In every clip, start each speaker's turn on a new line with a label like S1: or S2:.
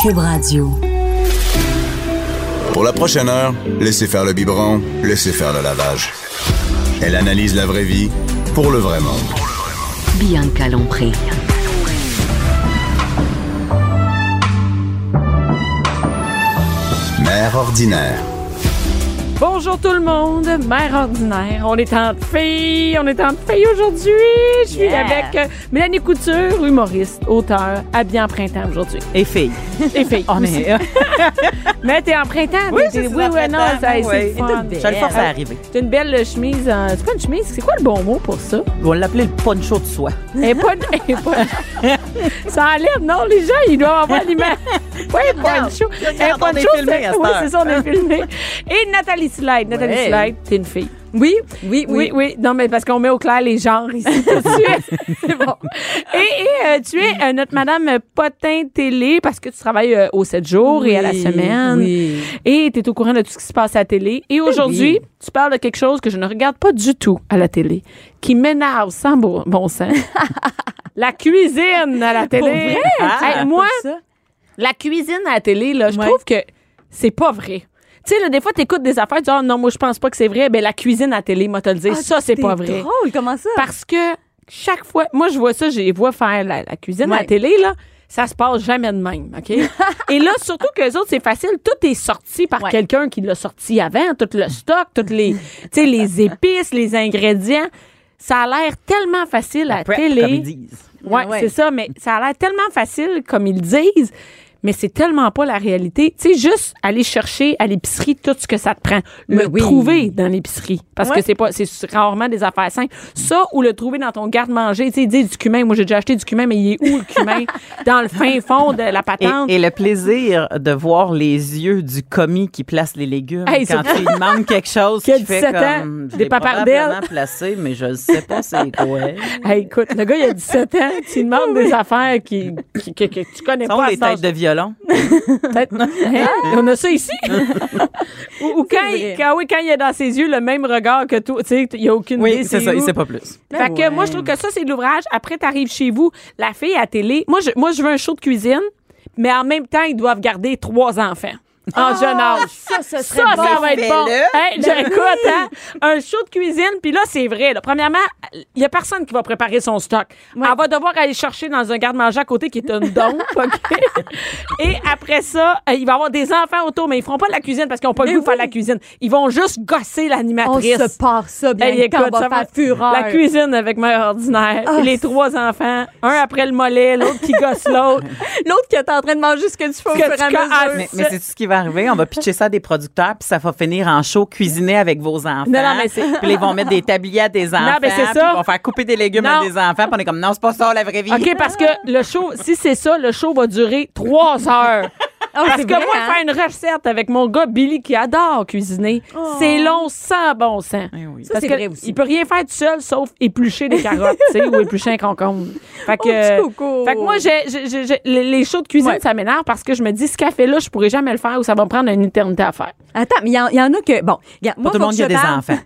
S1: Cube Radio.
S2: Pour la prochaine heure, laissez faire le biberon, laissez faire le lavage. Elle analyse la vraie vie pour le vrai monde.
S1: Bianca Lompré.
S2: Mère ordinaire.
S3: Bonjour tout le monde, mère ordinaire. On est en filles, on est en filles aujourd'hui. Je suis
S4: Yeah.
S3: avec euh, Mélanie Couture, humoriste, auteur, habillée en printemps aujourd'hui.
S4: Et filles.
S3: Et filles.
S4: On
S3: aussi.
S4: est.
S3: Mais t'es en printemps.
S4: Oui,
S3: t'es-
S4: c'est
S3: t'es-
S4: ça,
S3: oui,
S4: en
S3: oui, non,
S4: printemps,
S3: ça,
S4: oui.
S3: c'est le
S4: Et
S3: fun.
S4: t'es une Je le force à arriver.
S3: T'as une belle chemise. euh, c'est pas une chemise, c'est quoi le bon mot pour ça?
S4: On l'appelait le poncho de soie.
S3: Elle est pas, elle est pas- ça enlève, non, les gens, ils doivent avoir l'image. Oui, poncho.
S4: regarde,
S3: Un
S4: on
S3: poncho,
S4: est filmé
S3: c'est-
S4: à cette
S3: Oui,
S4: heure.
S3: c'est ça, on est filmé. Et Nathalie Slide. Nathalie
S4: Ouais.
S3: Slide, t'es une fille.
S5: Oui, oui, oui.
S3: Oui, oui. Non, mais parce qu'on met au clair les genres ici tout de suite. C'est bon. Et, et, euh, tu es euh, notre Madame Potin Télé parce que tu travailles euh, aux 7 jours et à la
S5: Oui,
S3: semaine.
S5: oui.
S3: Et tu es au courant de tout ce qui se passe à la télé.
S4: Ben
S3: Et aujourd'hui, tu parles de quelque chose que je ne regarde pas du tout à la télé, qui m'énerve sans bon, bon sens. la cuisine à la télé.
S4: Pour vrai?
S3: Hey,
S4: Ah,
S3: moi,
S4: comme ça?
S3: la cuisine à la télé, là, je
S5: Ouais.
S3: trouve que c'est pas vrai. Tu sais, là, des fois, t'écoutes des affaires, tu dis, ah non, moi, je pense pas que c'est vrai. Ben, la cuisine à la télé, moi, te le dire,
S5: Ah,
S3: ça, c'est
S5: t'es
S3: pas vrai.
S5: drôle, comment ça?
S3: Parce que chaque fois, moi, je vois ça, je les vois faire la, la cuisine à la
S5: Ouais.
S3: télé, là. Ça se passe jamais de même, OK? Et là, surtout que les autres, c'est facile. Tout est sorti par
S5: Ouais.
S3: quelqu'un qui l'a sorti avant. Tout le stock, toutes les, tu sais, les épices, les ingrédients. Ça a l'air tellement facile à la
S4: Prep,
S3: télé.
S4: comme ils disent.
S3: Oui,
S5: Ah ouais.
S3: c'est ça, mais ça a l'air tellement facile, comme ils disent, mais c'est tellement pas la réalité. Tu sais, juste aller chercher à l'épicerie tout ce que ça te prend. Le
S5: Mais Ben oui.
S3: trouver dans l'épicerie. Parce
S5: Ouais.
S3: que c'est pas, c'est rarement des affaires simples. Ça, ou le trouver dans ton garde-manger. Tu sais, dire du cumin. Moi, j'ai déjà acheté du cumin, mais il est où le cumin? dans le fin fond de la
S4: Et,
S3: patente.
S4: et le plaisir de voir les yeux du commis qui place les légumes
S3: Hey,
S4: quand
S3: c'est-
S4: il manque quelque chose
S3: Qui a
S4: qui fait
S3: 17 ans,
S4: comme je
S3: des
S4: l'ai
S3: papardelles.
S4: probablement placé mais je ne sais pas c'est quoi.
S3: Hey, écoute, le gars, il a 17 ans. Tu lui demandes des affaires qui, qui- que, que tu connais
S4: Ce sont
S3: pas. à
S4: les
S3: cet âge-là.
S4: têtes de violon.
S3: Peut-être. Hein? On a ça ici. ou ou quand,
S5: C'est
S3: il,
S5: vrai.
S3: quand, oui, quand il a dans ses yeux le même regard que toi, tu sais, il n'y a aucune idée
S4: Oui, c'est ça,
S3: où.
S4: il sait pas plus.
S3: Fait que
S5: Ben Ouais.
S3: moi, je trouve que ça, c'est de l'ouvrage. Après, tu arrives chez vous, la fille à la télé. Moi je, moi, je veux un show de cuisine, mais en même temps, ils doivent garder trois enfants en jeune âge.
S5: Ah, ça, ça
S3: Ça,
S5: serait bon.
S3: ça va être bon.
S4: Fais-le.
S5: Ben
S3: Hey, J'écoute, hein? Un show de cuisine, puis là, c'est vrai. là. Premièrement, il n'y a personne qui va préparer son stock. On va devoir aller chercher dans un garde-manger à côté qui est une dompe, OK? Et après ça, euh, il va y avoir des enfants autour, mais ils feront pas de la cuisine parce qu'ils n'ont pas le goût de faire de la cuisine. Ils vont juste gosser
S5: Ben On
S3: l'animatrice.
S5: se part ça, bien
S3: Hey,
S5: hey,
S3: écoute,
S5: on
S3: ça
S5: va
S3: va-
S5: faire fureur.
S3: La cuisine avec mère ordinaire.
S5: Ah,
S3: et les
S5: c'est-
S3: trois enfants, un après le mollet, l'autre qui gosse l'autre.
S5: L'autre qui est en train de manger ce que tu fais au
S3: Que
S5: fur
S3: tu
S5: et à
S3: casses.
S5: mesure.
S4: Mais, mais c'est ce qui va arriver. On va pitcher ça à des producteurs, puis ça va finir en show cuisiner avec vos enfants.
S3: Non, non, mais c'est-
S4: Puis ils vont mettre des tabliers à des enfants.
S3: mais c'est
S4: puis
S3: ça.
S4: Ils vont faire couper des légumes
S3: Non.
S4: à des enfants. Puis on est comme, non, c'est pas ça la vraie vie.
S3: OK, parce que le show, si c'est ça, le show va durer trois heures. Parce
S5: Ah, c'est
S3: que
S5: vrai,
S3: moi,
S5: hein?
S3: faire une recette avec mon gars Billy qui adore cuisiner, c'est long sans bon sens.
S4: Eh oui.
S3: Parce
S5: Oh. c'est
S3: que
S5: vrai aussi.
S3: Il peut rien faire tout seul sauf éplucher des carottes, tu sais, ou éplucher un concombre. Fait que, euh,
S5: Oh, petit coco.
S3: fait que moi, j'ai- j'ai- j'ai- j'ai- les les shows de cuisine,
S5: Ouais.
S3: ça m'énerve parce que je me dis, ce café-là, je pourrais jamais le faire ou ça va me prendre une éternité à faire.
S5: Attends, mais il y, en- il y en a que. Bon, regarde,
S4: Pas tout
S5: moi, ben,
S4: le
S5: faut
S4: monde
S5: que
S4: qui a
S5: je
S4: des
S5: parle-
S4: enfants.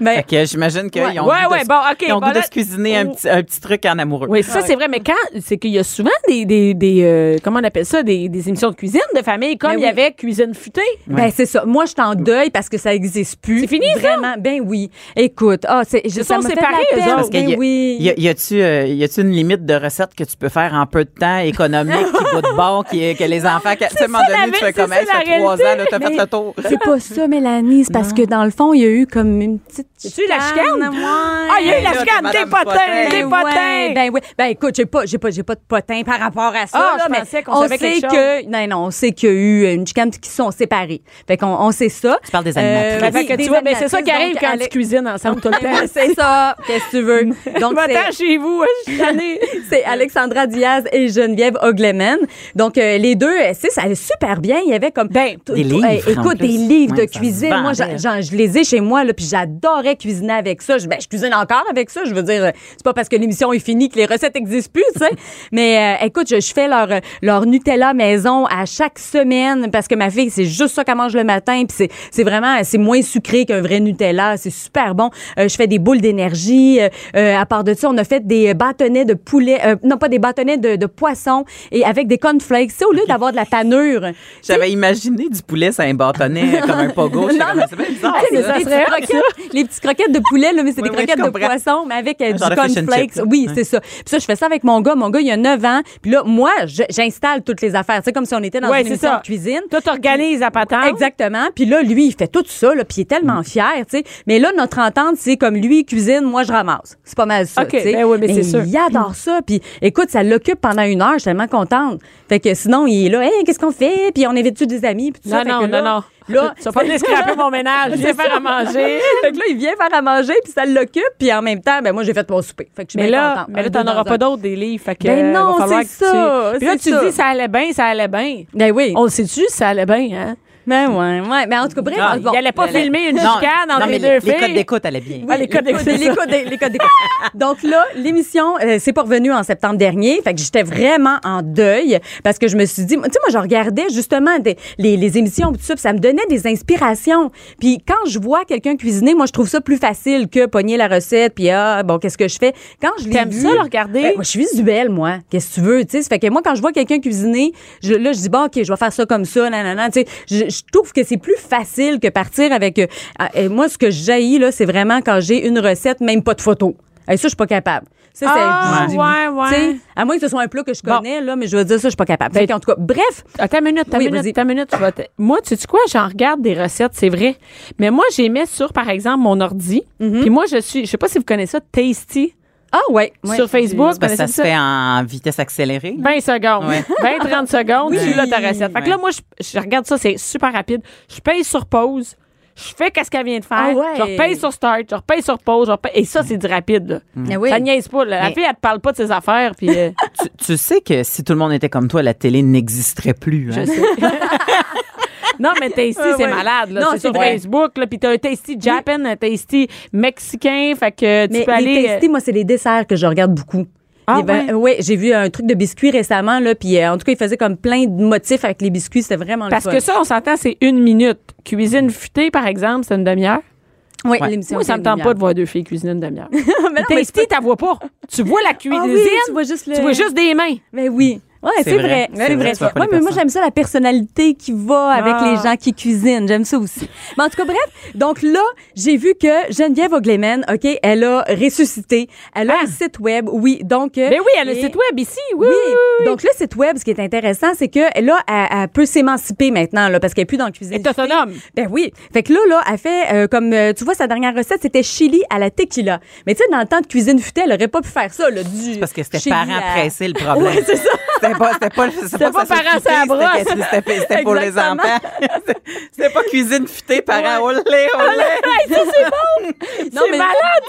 S5: Mais
S4: Fait que j'imagine qu'ils
S5: Ouais.
S4: ont,
S3: Eh. Ouais,
S4: goût de
S3: ouais,
S4: se-
S3: bon, OK,
S4: ils ont
S3: bon,
S4: goût de
S3: là-
S4: se cuisiner un
S3: Oh.
S4: petit, un petit truc en amoureux.
S3: Oui,
S5: Ah
S3: ça, c'est vrai, mais quand, c'est qu'il y a souvent des, des, des, euh, comment on appelle ça, des, des émissions de cuisine de famille, comme
S5: Ben
S3: il y
S5: oui.
S3: avait Cuisine futée.
S5: Ben, c'est ça. Moi, je suis en deuil parce que ça n'existe plus.
S3: C'est fini, ça?
S5: Vraiment, ben oui. Écoute, ah, c'est, je,
S3: sont
S5: ça m'a fait de
S3: séparés, eux
S5: la peine.
S3: autres.
S4: Parce qu'il
S5: Ben
S4: y a-
S5: oui.
S4: Y a- y a-tu euh, y a-tu une limite de recette que tu peux faire en peu de temps, économique, qui goûte bon, qui que les enfants, que- tu sais, à un moment
S3: ça, la
S4: donné, tu
S3: vraie-
S4: fais comme
S3: c'est
S4: elle,
S3: ça,
S4: ça
S3: la
S4: fait trois ans,
S3: réalité.
S4: là, t'as fait le tour.
S5: C'est pas ça, Mélanie. C'est parce que dans le fond, il y a eu comme une petite.
S3: tu eu la chicane?
S5: ouais.
S3: Ah, il y a eu la
S4: là,
S3: chicane, des
S4: t'es Madame
S3: potins, des
S4: Potin.
S5: Ben
S3: potins.
S5: ouais, ben oui. Ben écoute, j'ai pas, j'ai pas, j'ai pas de potin par rapport à ça.
S3: Ah,
S5: là,
S3: je
S5: mais
S3: pensais qu'on
S5: on
S3: savait
S5: sait
S3: quelque
S5: que, non, ben non, on sait qu'il y a eu une chicane qui sont séparés. Fait qu'on on sait ça.
S4: Tu parles
S3: Euh,
S4: des animatrices.
S5: oui,
S3: Fait que
S5: des
S3: tu vois, ben, c'est ça qui
S5: animatrices,
S3: arrive
S5: donc,
S3: quand
S5: Alex-
S3: tu cuisines ensemble tout le temps.
S5: c'est ça. Qu'est-ce que tu veux? Donc, c'est-
S3: Va-t'en chez vous, hein, je suis tannée.
S5: c'est Alexandra Diaz et Geneviève Ogleman. Donc, euh, les deux, euh, c'est ça allait super bien. Il y avait comme. Ben,
S4: des livres, en
S5: écoute,
S4: plus.
S5: des livres
S4: Ouais,
S5: de
S4: ça se
S5: cuisine. Moi,
S4: vendait.
S5: j'en- j'en- je les ai chez moi, là, puis j'adorais cuisiner avec ça. Je, ben, je cuisine encore avec ça. Je veux dire, euh, c'est pas parce que l'émission est finie que les recettes existent plus, tu sais. Mais euh, écoute, je, je fais leur, euh, leur Nutella maison à chaque semaine parce que ma fille, c'est juste ça qu'elle mange le matin. Puis c'est- c'est vraiment, euh, c'est moins sucré qu'un vrai Nutella. C'est super bon. Euh, je fais des boules d'énergie. Euh, euh, à part de ça, on a fait des bâtonnets de poulet, euh, non pas des bâtonnets de, de poisson et avec des cornflakes. Tu sais, au lieu d'avoir de la panure.
S4: J'avais imaginé du poulet sur un bâtonnet comme un pogo. J'étais comme, C'est bien bizarre.
S5: Ah, mais
S4: ça.
S5: les, petites croquettes, les petites croquettes de poulet, là, mais c'est
S4: Oui,
S5: des
S4: oui, je
S5: croquettes de
S4: comprends.
S5: poisson, mais avec euh,
S4: Un
S5: du
S4: genre de fish and
S5: cornflakes.
S4: chip, là.
S5: Oui,
S4: Ouais.
S5: c'est ça. Puis ça, je fais ça avec mon gars. Mon gars, il y a 9 ans. Puis là, moi, je- j'installe toutes les affaires. C'est comme si on était dans
S3: Ouais,
S5: une
S3: c'est
S5: émission
S3: ça.
S5: de cuisine.
S3: Toi, t'organises à patente.
S5: Exactement. Puis là, lui, il fait tout ça, là, puis il est
S3: Mm.
S5: tellement fier, tu sais. Mais là, notre entente, c'est comme lui, il cuisine, moi, je ramasse. C'est pas mal ça,
S3: OK,
S5: tu sais.
S3: ben oui, mais c'est sûr.
S5: Il adore ça. Puis écoute, ça l'occupe pendant une heure, je suis tellement contente. Fait que sinon, il est là, hey, qu'est-ce qu'on fait? Puis on invite-tu des amis? Puis tout ça.
S3: Non,
S5: Fait
S3: non,
S5: que là-
S3: non, non.
S5: Là,
S3: tu vas pas venir scraper mon ménage. Je vais faire à manger.
S5: fait que là, il vient faire à manger, puis ça l'occupe, puis en même temps, ben moi, j'ai fait mon souper. Fait que je suis
S3: Mais
S5: bien
S3: là,
S5: contente.
S3: mais
S5: Un,
S3: là, t'en
S5: deux
S3: auras
S5: dans
S3: pas
S5: un.
S3: d'autres des livres. Fait que,
S5: Ben
S3: euh, va
S5: non,
S3: falloir
S5: c'est ça,
S3: que tu- Puis là,
S5: c'est
S3: tu
S5: ça.
S3: dis, ça allait bien, ça allait bien.
S5: Ben oui.
S3: On le sait-tu si ça allait bien, hein?
S5: Ben ouais, ouais. Mais en tout cas, bref,
S4: Ah,
S5: bon. Ben,
S3: Il allait pas filmer une
S4: Non,
S3: chicane
S4: non,
S3: entre les
S4: mais les,
S3: deux
S4: les codes
S3: filles.
S4: d'écoute allaient bien.
S3: Ouais, les codes d'écoute,
S5: Les codes, les codes d'écoute. Donc là, l'émission, euh, c'est pas revenu en septembre dernier. Fait que j'étais vraiment en deuil parce que je me suis dit, tu sais, moi, je regardais justement des- les, les émissions, tout ça, puis ça me donnait des inspirations. Puis quand je vois quelqu'un cuisiner, moi, je trouve ça plus facile que pogner la recette, puis ah, bon, qu'est-ce que je fais? Quand je l'ai
S3: T'aimes
S5: vu-
S3: ça, le regarder?
S5: Ben, moi, je suis visuelle, moi. Qu'est-ce que tu veux, tu sais? Ça Fait que moi, quand je vois quelqu'un cuisiner, je, là, je dis, bon, OK, je vais faire ça comme ça, nanana, tu sais. Je, je trouve que c'est plus facile que partir avec... euh, ah, et moi, ce que je jaillis, là, c'est vraiment quand j'ai une recette, même pas de photo. Et ça, je suis pas capable. Ça,
S3: Ah,
S5: c'est...
S3: ouais,
S5: je-
S3: ouais.
S5: tu sais, À moins que ce soit un plat que je
S3: Bon. Ben,
S5: connais, là, mais je veux dire ça, je suis pas capable. Fait en tout cas, bref,
S3: Attends une Ah, minute, attends une
S5: Oui,
S3: minute,
S5: vas-y.
S3: attends une minute. tu vas te- Moi, tu sais quoi, j'en regarde des recettes, c'est vrai. Mais moi, j'ai mis sur, par exemple, mon ordi.
S4: Mhm.
S3: Puis moi, je suis, je sais pas si vous connaissez ça, Tasty.
S5: ah ouais, ouais. Mm.
S3: sur Facebook,
S4: C'est parce que ben,
S3: connaissez
S4: ça se fait en vitesse accélérée. là.
S3: 20 secondes. 20-30 secondes,
S4: Oui.
S3: tu l'as ta recette. Fait que
S4: Ouais.
S3: là, moi, je, je regarde ça, c'est super rapide. Je paye sur pause. Je fais qu'est-ce qu'elle vient de faire.
S5: Ah ouais.
S3: Je repaye sur start. Je repaye sur pause. je repaye- Et ça, c'est du rapide. là.
S5: Ah oui.
S3: Ça niaise pas. là. La
S4: Mm. Mais-
S3: fille, elle te parle pas de ses affaires. Puis, euh,
S4: Tu, tu sais que si tout le monde était comme toi, la télé n'existerait plus. hein.
S3: non, mais Tasty, c'est malade. Là.
S5: Ah, Non,
S3: c'est
S5: c'est
S3: sur
S5: vrai.
S3: Facebook. Là, puis t'as un Tasty Japan, un Tasty mexicain. Fait que tu
S5: Mais
S3: peux aller.
S5: les
S3: euh,
S5: tastés, moi, c'est les desserts que je regarde beaucoup.
S3: Ah
S5: Eh ben,
S3: ouais?
S5: euh, ouais, j'ai vu un truc de biscuits récemment là, puis euh, en tout cas, il faisait comme plein de motifs avec les biscuits, c'était vraiment
S3: parce
S5: le Mm.
S3: que
S5: fun.
S3: ça, on s'entend, c'est une minute. Cuisine futée, par exemple, c'est une demi-heure.
S5: Oui,
S4: Ouais.
S5: l'émission
S3: Moi, ça me
S5: était
S3: tente pas de
S5: lumière.
S3: voir deux filles cuisiner une demi-heure.
S5: Mais non, mais
S3: Tasty, t'as vois pas. Tu vois la cuisine,
S5: Ah oui, tu vois juste le-
S3: juste des mains.
S5: Mais oui. Ouais,
S4: C'est
S5: c'est
S4: vrai,
S5: vrai,
S4: c'est
S5: c'est vrai.
S4: vrai, tu vois pas
S5: Ouais,
S4: les
S5: mais moi
S4: personnes.
S5: j'aime ça la personnalité qui va avec
S3: Ah.
S5: les gens qui cuisinent, j'aime ça aussi. Mais en tout cas bref, donc là, j'ai vu que Geneviève Ogleman, OK, elle a ressuscité, elle a un site web, oui, donc
S3: Mais
S5: euh,
S3: Ah. Ben oui, elle a le
S5: et-
S3: site web ici. Oui,
S5: Oui,
S3: oui, oui.
S5: donc le site web, ce qui est intéressant, c'est que là, elle, elle peut s'émanciper maintenant, là, parce qu'elle est plus dans la cuisine.
S3: Elle est autonome.
S5: Ben oui. Fait que là, là, elle fait euh, comme euh, tu vois, sa dernière recette, c'était chili à la tequila. Mais tu sais, dans le temps de cuisine futée, elle aurait pas pu faire ça, là, du.
S4: Parce que c'était
S5: chili
S4: parents
S5: à-
S4: pressés le problème. Oui, c'est ça. C'était pas, c'était pas,
S3: pas
S4: c'était que ça soit
S3: parents
S4: futé,
S3: sur la
S4: c'était
S3: brosse.
S4: que- C'était, c'était pour les
S5: Exactement.
S4: enfants. C'était- C'était pas cuisine futée, parents. Olé, olé.
S5: Non, mais-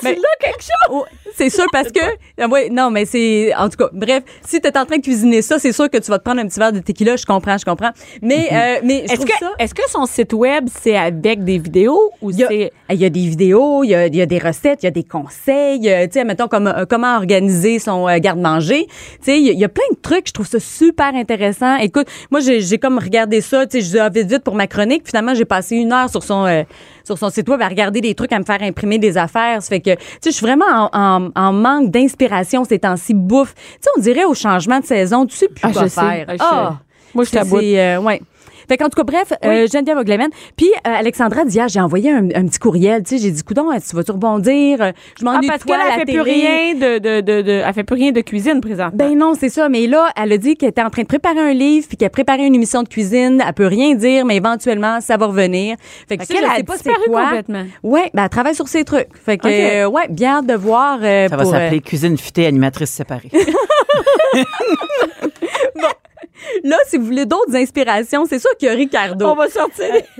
S5: mais-
S3: quelque chose.
S5: Oh, c'est sûr parce que Ah ouais, non mais c'est en tout cas bref si t'es en train de cuisiner ça c'est sûr que tu vas te prendre un petit verre de tequila je comprends je comprends mais
S4: Mm-hmm.
S5: euh, mais je
S3: Est-ce
S5: trouve
S3: que,
S5: ça
S3: est-ce que son site web, c'est avec des vidéos ou
S5: Il y, a,
S3: c'est.
S5: il y a des vidéos, il y a, il y a des recettes, il y a des conseils, euh, tu sais, mettons comme, euh, comment organiser son euh, garde-manger. Tu sais, il y a- il y, a plein de trucs, je trouve ça super intéressant. Écoute, moi j'ai j'ai comme regardé ça, tu sais, je disais ah, vite vite pour ma chronique, finalement j'ai passé une heure sur son euh, sur son site web à regarder des trucs, à me faire imprimer des affaires. Ça fait que, tu sais, je suis vraiment en, en- en manque d'inspiration ces temps-ci bouffe. Tu sais, on dirait au changement de saison, tu sais plus
S3: Ah,
S5: quoi
S3: je sais.
S5: faire.
S3: Ah, je sais.
S5: Ah!
S3: Moi, je
S5: C'est-
S3: t'aboute.
S5: c'est, euh, ouais. Fait qu'en tout cas, bref, euh, Geneviève Ogleman. Puis euh, Alexandra d'hier, j'ai envoyé un, un petit courriel. Tu sais, j'ai dit, coudon, tu vas-tu rebondir? Euh, Je
S3: Ah,
S5: m'ennuie
S3: parce
S5: de toi
S3: qu'elle,
S5: à la
S3: elle fait
S5: télé.
S3: plus rien de, de, de, de- elle fait plus rien de cuisine présentement.
S5: Ben non, c'est ça. Mais là, elle a dit qu'elle était en train de préparer un livre, puis qu'elle préparait une émission de cuisine. Elle peut rien dire, mais éventuellement, ça va revenir. Fait que
S3: Fait
S5: ça,
S3: qu'elle
S5: je
S3: a
S5: sais pas c'est
S3: disparu
S5: quoi.
S3: complètement.
S5: Ouais, ben elle travaille sur ses trucs. Fait que,
S3: Ok.
S5: euh, ouais, bien hâte de voir. euh,
S4: Ça va
S5: pour, euh,
S4: s'appeler cuisine futée, animatrice séparée.
S5: Là, si vous voulez d'autres inspirations, c'est sûr qu'il y a Ricardo.
S3: On va sortir.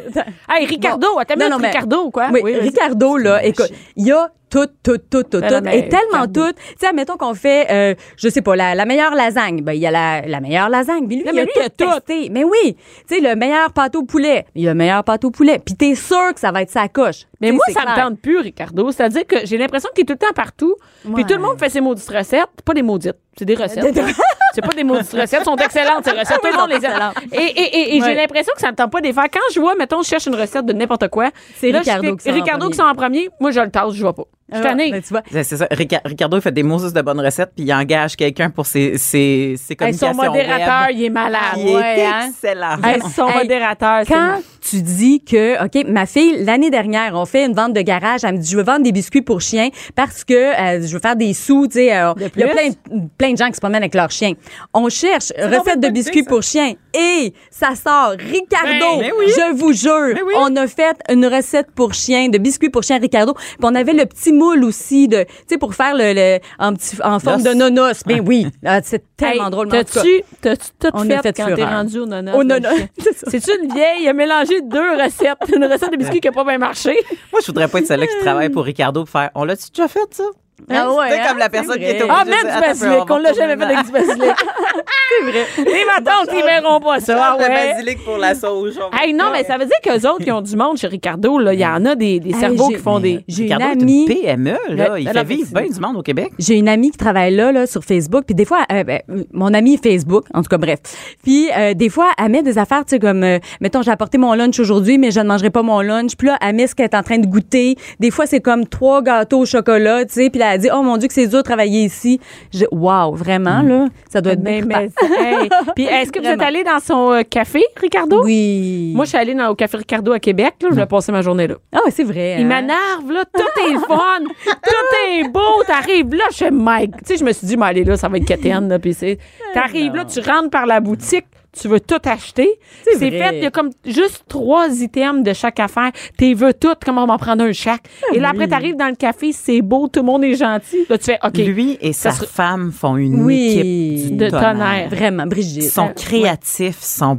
S3: hey, Ricardo,
S5: Bon.
S3: attends,
S5: Non,
S3: minute,
S5: non, mais-
S3: Ricardo, quoi.
S5: Oui, Ricardo, là, écoute, il y a tout, tout, tout, tout,
S3: Ben non,
S5: tout,
S3: mais
S5: et tellement
S3: Ricardo.
S5: tout. Tu sais, admettons qu'on fait, euh, je sais pas, la, la meilleure lasagne. Ben, il y a la, la meilleure lasagne. Mais lui,
S3: Non,
S5: il
S3: mais
S5: a
S3: lui,
S5: tout
S3: il a tout.
S5: testé. Mais oui, tu sais, le meilleur pâteau poulet. Il y a le meilleur pâteau poulet. Puis t'es sûr que ça va être sa coche.
S3: Mais
S5: Tu sais,
S3: moi,
S5: c'est
S3: ça
S5: clair.
S3: me tente plus, Ricardo. C'est-à-dire que j'ai l'impression qu'il est tout le temps partout.
S5: Ouais.
S3: Puis tout le monde fait ses maudites recettes. Pas des maudites, c'est des recettes. c'est pas des maudites recettes, sont excellentes, ces recettes. Tout le monde les aime. Et, et, et, et j'ai
S5: Ouais.
S3: l'impression que ça me tente pas de les faire. Quand je vois, mettons, je cherche une recette de n'importe quoi.
S5: C'est
S3: là,
S5: Ricardo
S3: je fais-
S5: qui sort en
S3: Ricardo
S5: premier.
S3: qui sont en premier. Moi, je le tasse, je vois pas. Je suis
S5: Ah,
S3: tannée.
S5: ben, tu vois.
S4: C'est c'est ça. Rica- Ricardo, il fait des Moses de bonnes recettes, puis il engage quelqu'un pour ses, ses, ses
S3: Hey,
S4: communications
S3: son modérateur,
S4: web.
S3: il est malade.
S4: Il est
S5: Ouais, hein.
S4: excellent.
S3: Hey, son
S5: Hey,
S3: modérateur, c'est
S5: Quand tu dis que, OK, ma fille, l'année dernière, on fait une vente de garage, elle me dit, je veux vendre des biscuits pour chiens parce que euh, je veux faire des sous, tu sais. euh,
S3: De
S5: Il y a
S3: plus?
S5: plein, de- plein de gens qui se promènent avec leurs chiens. On cherche recette
S4: une
S5: de
S4: bonne
S5: biscuits
S4: idée, ça.
S5: pour chiens et ça sort Ricardo.
S4: Ben, mais oui.
S5: Je vous jure,
S4: Mais oui.
S5: on a fait une recette pour chiens, de biscuits pour chiens Ricardo. Puis on avait le petit moule aussi, de, tu sais, pour faire le, le- en, petit, en forme
S4: Noce.
S5: de nonos. Ben oui, Ah, c'est tellement
S3: Hey,
S5: drôle. mais en tout cas-
S3: T'as-tu t'as-tu tout
S5: on a
S3: fait,
S5: fait
S3: quand t'es
S5: fureur.
S3: rendu au nonas?
S5: Au
S3: dans le
S5: nonas,
S3: chien?
S5: c'est ça.
S3: C'est-tu une vieille? Il a mélangé deux recettes. Une recette de biscuits qui n'a pas bien marché.
S4: Moi, je voudrais pas être celle-là qui travaille pour Ricardo pour faire On l'a-tu déjà fait, ça?
S5: Ah ouais,
S4: C'est
S5: hein,
S4: comme la
S5: c'est
S4: personne qui
S5: vrai.
S4: est au
S3: Ah, même du basilic. On l'a jamais fait avec du basilic.
S4: Ah
S3: C'est vrai. Les matantes, ils verront pas ça. Ah ouais.
S4: basilic pour la sauge. on va-
S3: Hey, non, mais ça veut dire qu'eux autres, qui ont du monde chez Ricardo. là. Il y en a des, des
S5: Hey,
S3: cerveaux
S5: j'ai-
S3: qui font des.
S5: J'ai une
S4: Ricardo est
S5: amie-
S4: une PME, là.
S3: Le-
S4: Il
S3: la-
S4: fait
S3: la-
S4: vivre bien du monde au Québec.
S5: J'ai une amie qui travaille là, là sur Facebook, puis des fois, euh, ben, mon amie Facebook, en tout cas, bref. Puis euh, des fois, elle met des affaires, tu sais, comme, euh, mettons, j'ai apporté mon lunch aujourd'hui, mais je ne mangerai pas mon lunch. Puis là, elle met ce qu'elle est en train de goûter. Des fois, c'est comme trois gâteaux au chocolat, tu sais. Puis là, elle dit, oh mon Dieu, que c'est dur de travailler ici. Je dis, wow, vraiment, là, ça doit être bien.
S3: Mm. Mais, mais, hey. Puis est-ce que vous êtes
S5: Vraiment.
S3: allé dans son euh, café, Ricardo?
S5: Oui.
S3: Moi, je suis allée dans, au café Ricardo à Québec. Là, je vais passer ma journée là.
S5: Ah, ouais, c'est vrai.
S3: Il
S5: hein?
S3: m'énerve, là. Tout est le fun. tout est beau. T'arrives là, je fais Mike. Tu sais, je me suis dit, mais allez là, ça va être Catherine, là. Puis c'est. T'arrives là, tu rentres par la boutique. Tu veux tout acheter.
S5: C'est
S3: C'est
S5: vrai.
S3: fait, il y a comme juste trois items de chaque affaire. Tu veux tout, comment on va en prendre un chaque. Et là, après, t'arrives dans le café, c'est beau, tout le monde est gentil. Là, tu fais, OK,
S4: Lui et sa
S3: Ça serait-
S4: femme font une
S5: Oui.
S4: équipe du
S3: de tonnerre.
S5: Vraiment, Brigitte.
S4: Ils sont créatifs, sont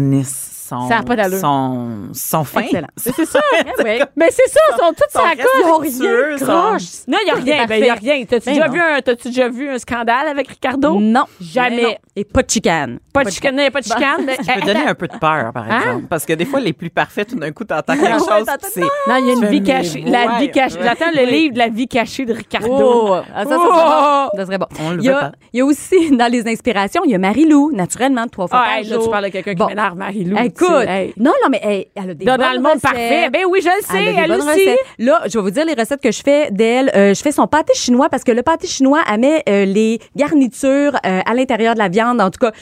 S4: business, sont,
S3: Ça a pas d'allure.
S4: sont, sont fins.
S5: Excellent.
S3: C'est ça.
S5: Ouais.
S3: Mais c'est ça, ils sont tous sur la
S4: restent
S3: coche.
S4: luxueux, sont-
S3: Croche. Non, il n'y a rien. Ben, y a rien. T'as-tu
S5: Ben
S3: déjà,
S5: non.
S3: vu un- t'as-tu déjà vu un scandale avec Ricardo?
S5: Non,
S3: Jamais.
S5: non. Et pas de chicane.
S3: Pas de chicane. Non, y a Pas de chicane. mais-
S4: Ça peut donner un peu de peur,
S3: Hein?
S4: par exemple. Parce que des fois, les plus parfaits, tout d'un coup,
S3: Ah
S4: t'entends quelque chose.
S5: t'entends
S4: puis c'est-
S3: Non, il y a une
S4: Fais
S3: vie
S4: mes
S3: cachée. La
S4: voix.
S3: vie cachée. J'attends le livre de la vie cachée de Ricardo.
S5: Oh, ah, ça, ça serait bon.
S3: Oh!
S5: Ça serait bon.
S4: On le
S5: il, y
S4: veut
S5: a,
S4: pas.
S5: il y a aussi, dans les inspirations, il y a Marie-Lou, naturellement, de trois fois
S3: Ah,
S5: par
S3: hey, là,
S5: jour.
S3: tu parles de quelqu'un
S5: Bon.
S3: qui m'énerve, Marie-Lou.
S5: Écoute,
S3: tu sais, hey.
S5: non, non, mais hey, elle a des
S3: Dans,
S5: bonnes
S3: dans le monde
S5: recettes.
S3: parfait. Ben oui, je le sais,
S5: Elle a des
S3: elle,
S5: bonnes
S3: aussi.
S5: recettes. Là, je vais vous dire les recettes que je fais d'elle. Euh, je fais son pâté chinois parce que le pâté chinois, elle met euh, les garnitures euh, à l'intérieur de la viande. En tout cas,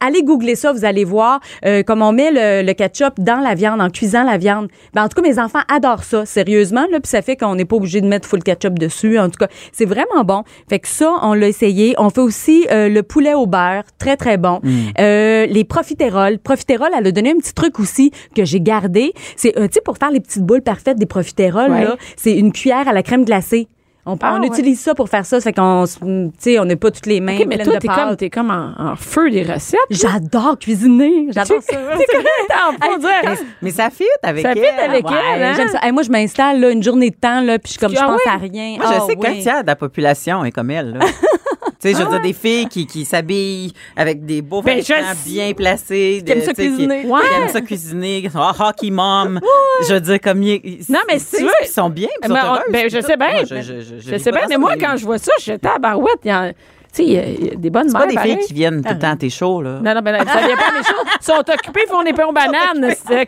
S5: allez googler ça, vous allez voir euh, comment on met le, le ketchup dans la viande, en cuisant la viande. Ben, en tout cas, mes enfants adorent ça, sérieusement. Là, puis ça fait qu'on n'est pas obligé de mettre full ketchup dessus. En tout cas, c'est vraiment bon. Fait que ça, on l'a essayé. On fait aussi euh, le poulet au beurre, très, très bon. Euh, les profiteroles. Profiteroles, elle a donné un petit truc aussi que j'ai gardé. C'est, euh, tu sais, pour faire les petites boules parfaites des profiteroles,
S3: Ouais.
S5: là, c'est une cuillère à la crème glacée. On,
S3: Ah,
S5: on
S3: ouais.
S5: utilise ça pour faire ça. Fait qu'on, se- tu sais, on n'a pas toutes les mains
S3: OK, mais
S5: pleines
S3: toi,
S5: de
S3: t'es comme,
S5: pâtes.
S3: t'es comme en, en feu des recettes.
S5: J'adore cuisiner. J'adore ça.
S3: T'es comme t'en pas
S4: Mais,
S3: dire.
S4: mais ça fit avec
S3: Ça
S4: elle.
S3: fit avec
S4: Ouais.
S3: elle, hein?
S5: J'aime ça. Hey, moi, je m'installe là, une journée de temps, là, puis je, suis comme, je
S3: Ah
S5: pense
S3: oui? Ah
S5: à rien.
S4: Moi, je
S5: Ah
S4: sais que
S5: oui.
S4: le tiers de la population est comme elle. là. tu sais, je veux dire, des filles qui, qui s'habillent avec des beaux
S3: Ben, je
S4: vêtements
S3: sais.
S4: bien placés. de-
S5: aiment ça
S4: tu sais,
S5: cuisiner.
S4: Qui,
S3: Ouais.
S4: qui aiment ça cuisiner, qui sont ah, hockey mom. Je veux dire, comme... ils-
S3: Non, mais
S4: tu sais,
S3: si tu veux-
S4: Ils sont bien, puis ils sont
S3: Mais on-
S4: heureuses,
S3: ben,
S4: puis
S3: je
S4: tout.
S3: sais bien.
S4: Moi,
S3: mais-
S4: je- je- je
S3: je
S4: les
S3: sais bien,
S4: vois
S3: mais
S4: dans
S3: moi,
S4: les-
S3: quand je vois ça, j'étais à barouette. il y en- Tu sais, il y a- il y a des bonnes
S4: C'est pas
S3: mères.
S4: des
S3: pareil.
S4: filles qui viennent
S5: Ah.
S4: tout le temps à tes shows, là.
S3: Non, non, ben, non, ça vient pas, mes choses. Ils sont occupés, ils font des pains aux bananes. c'est-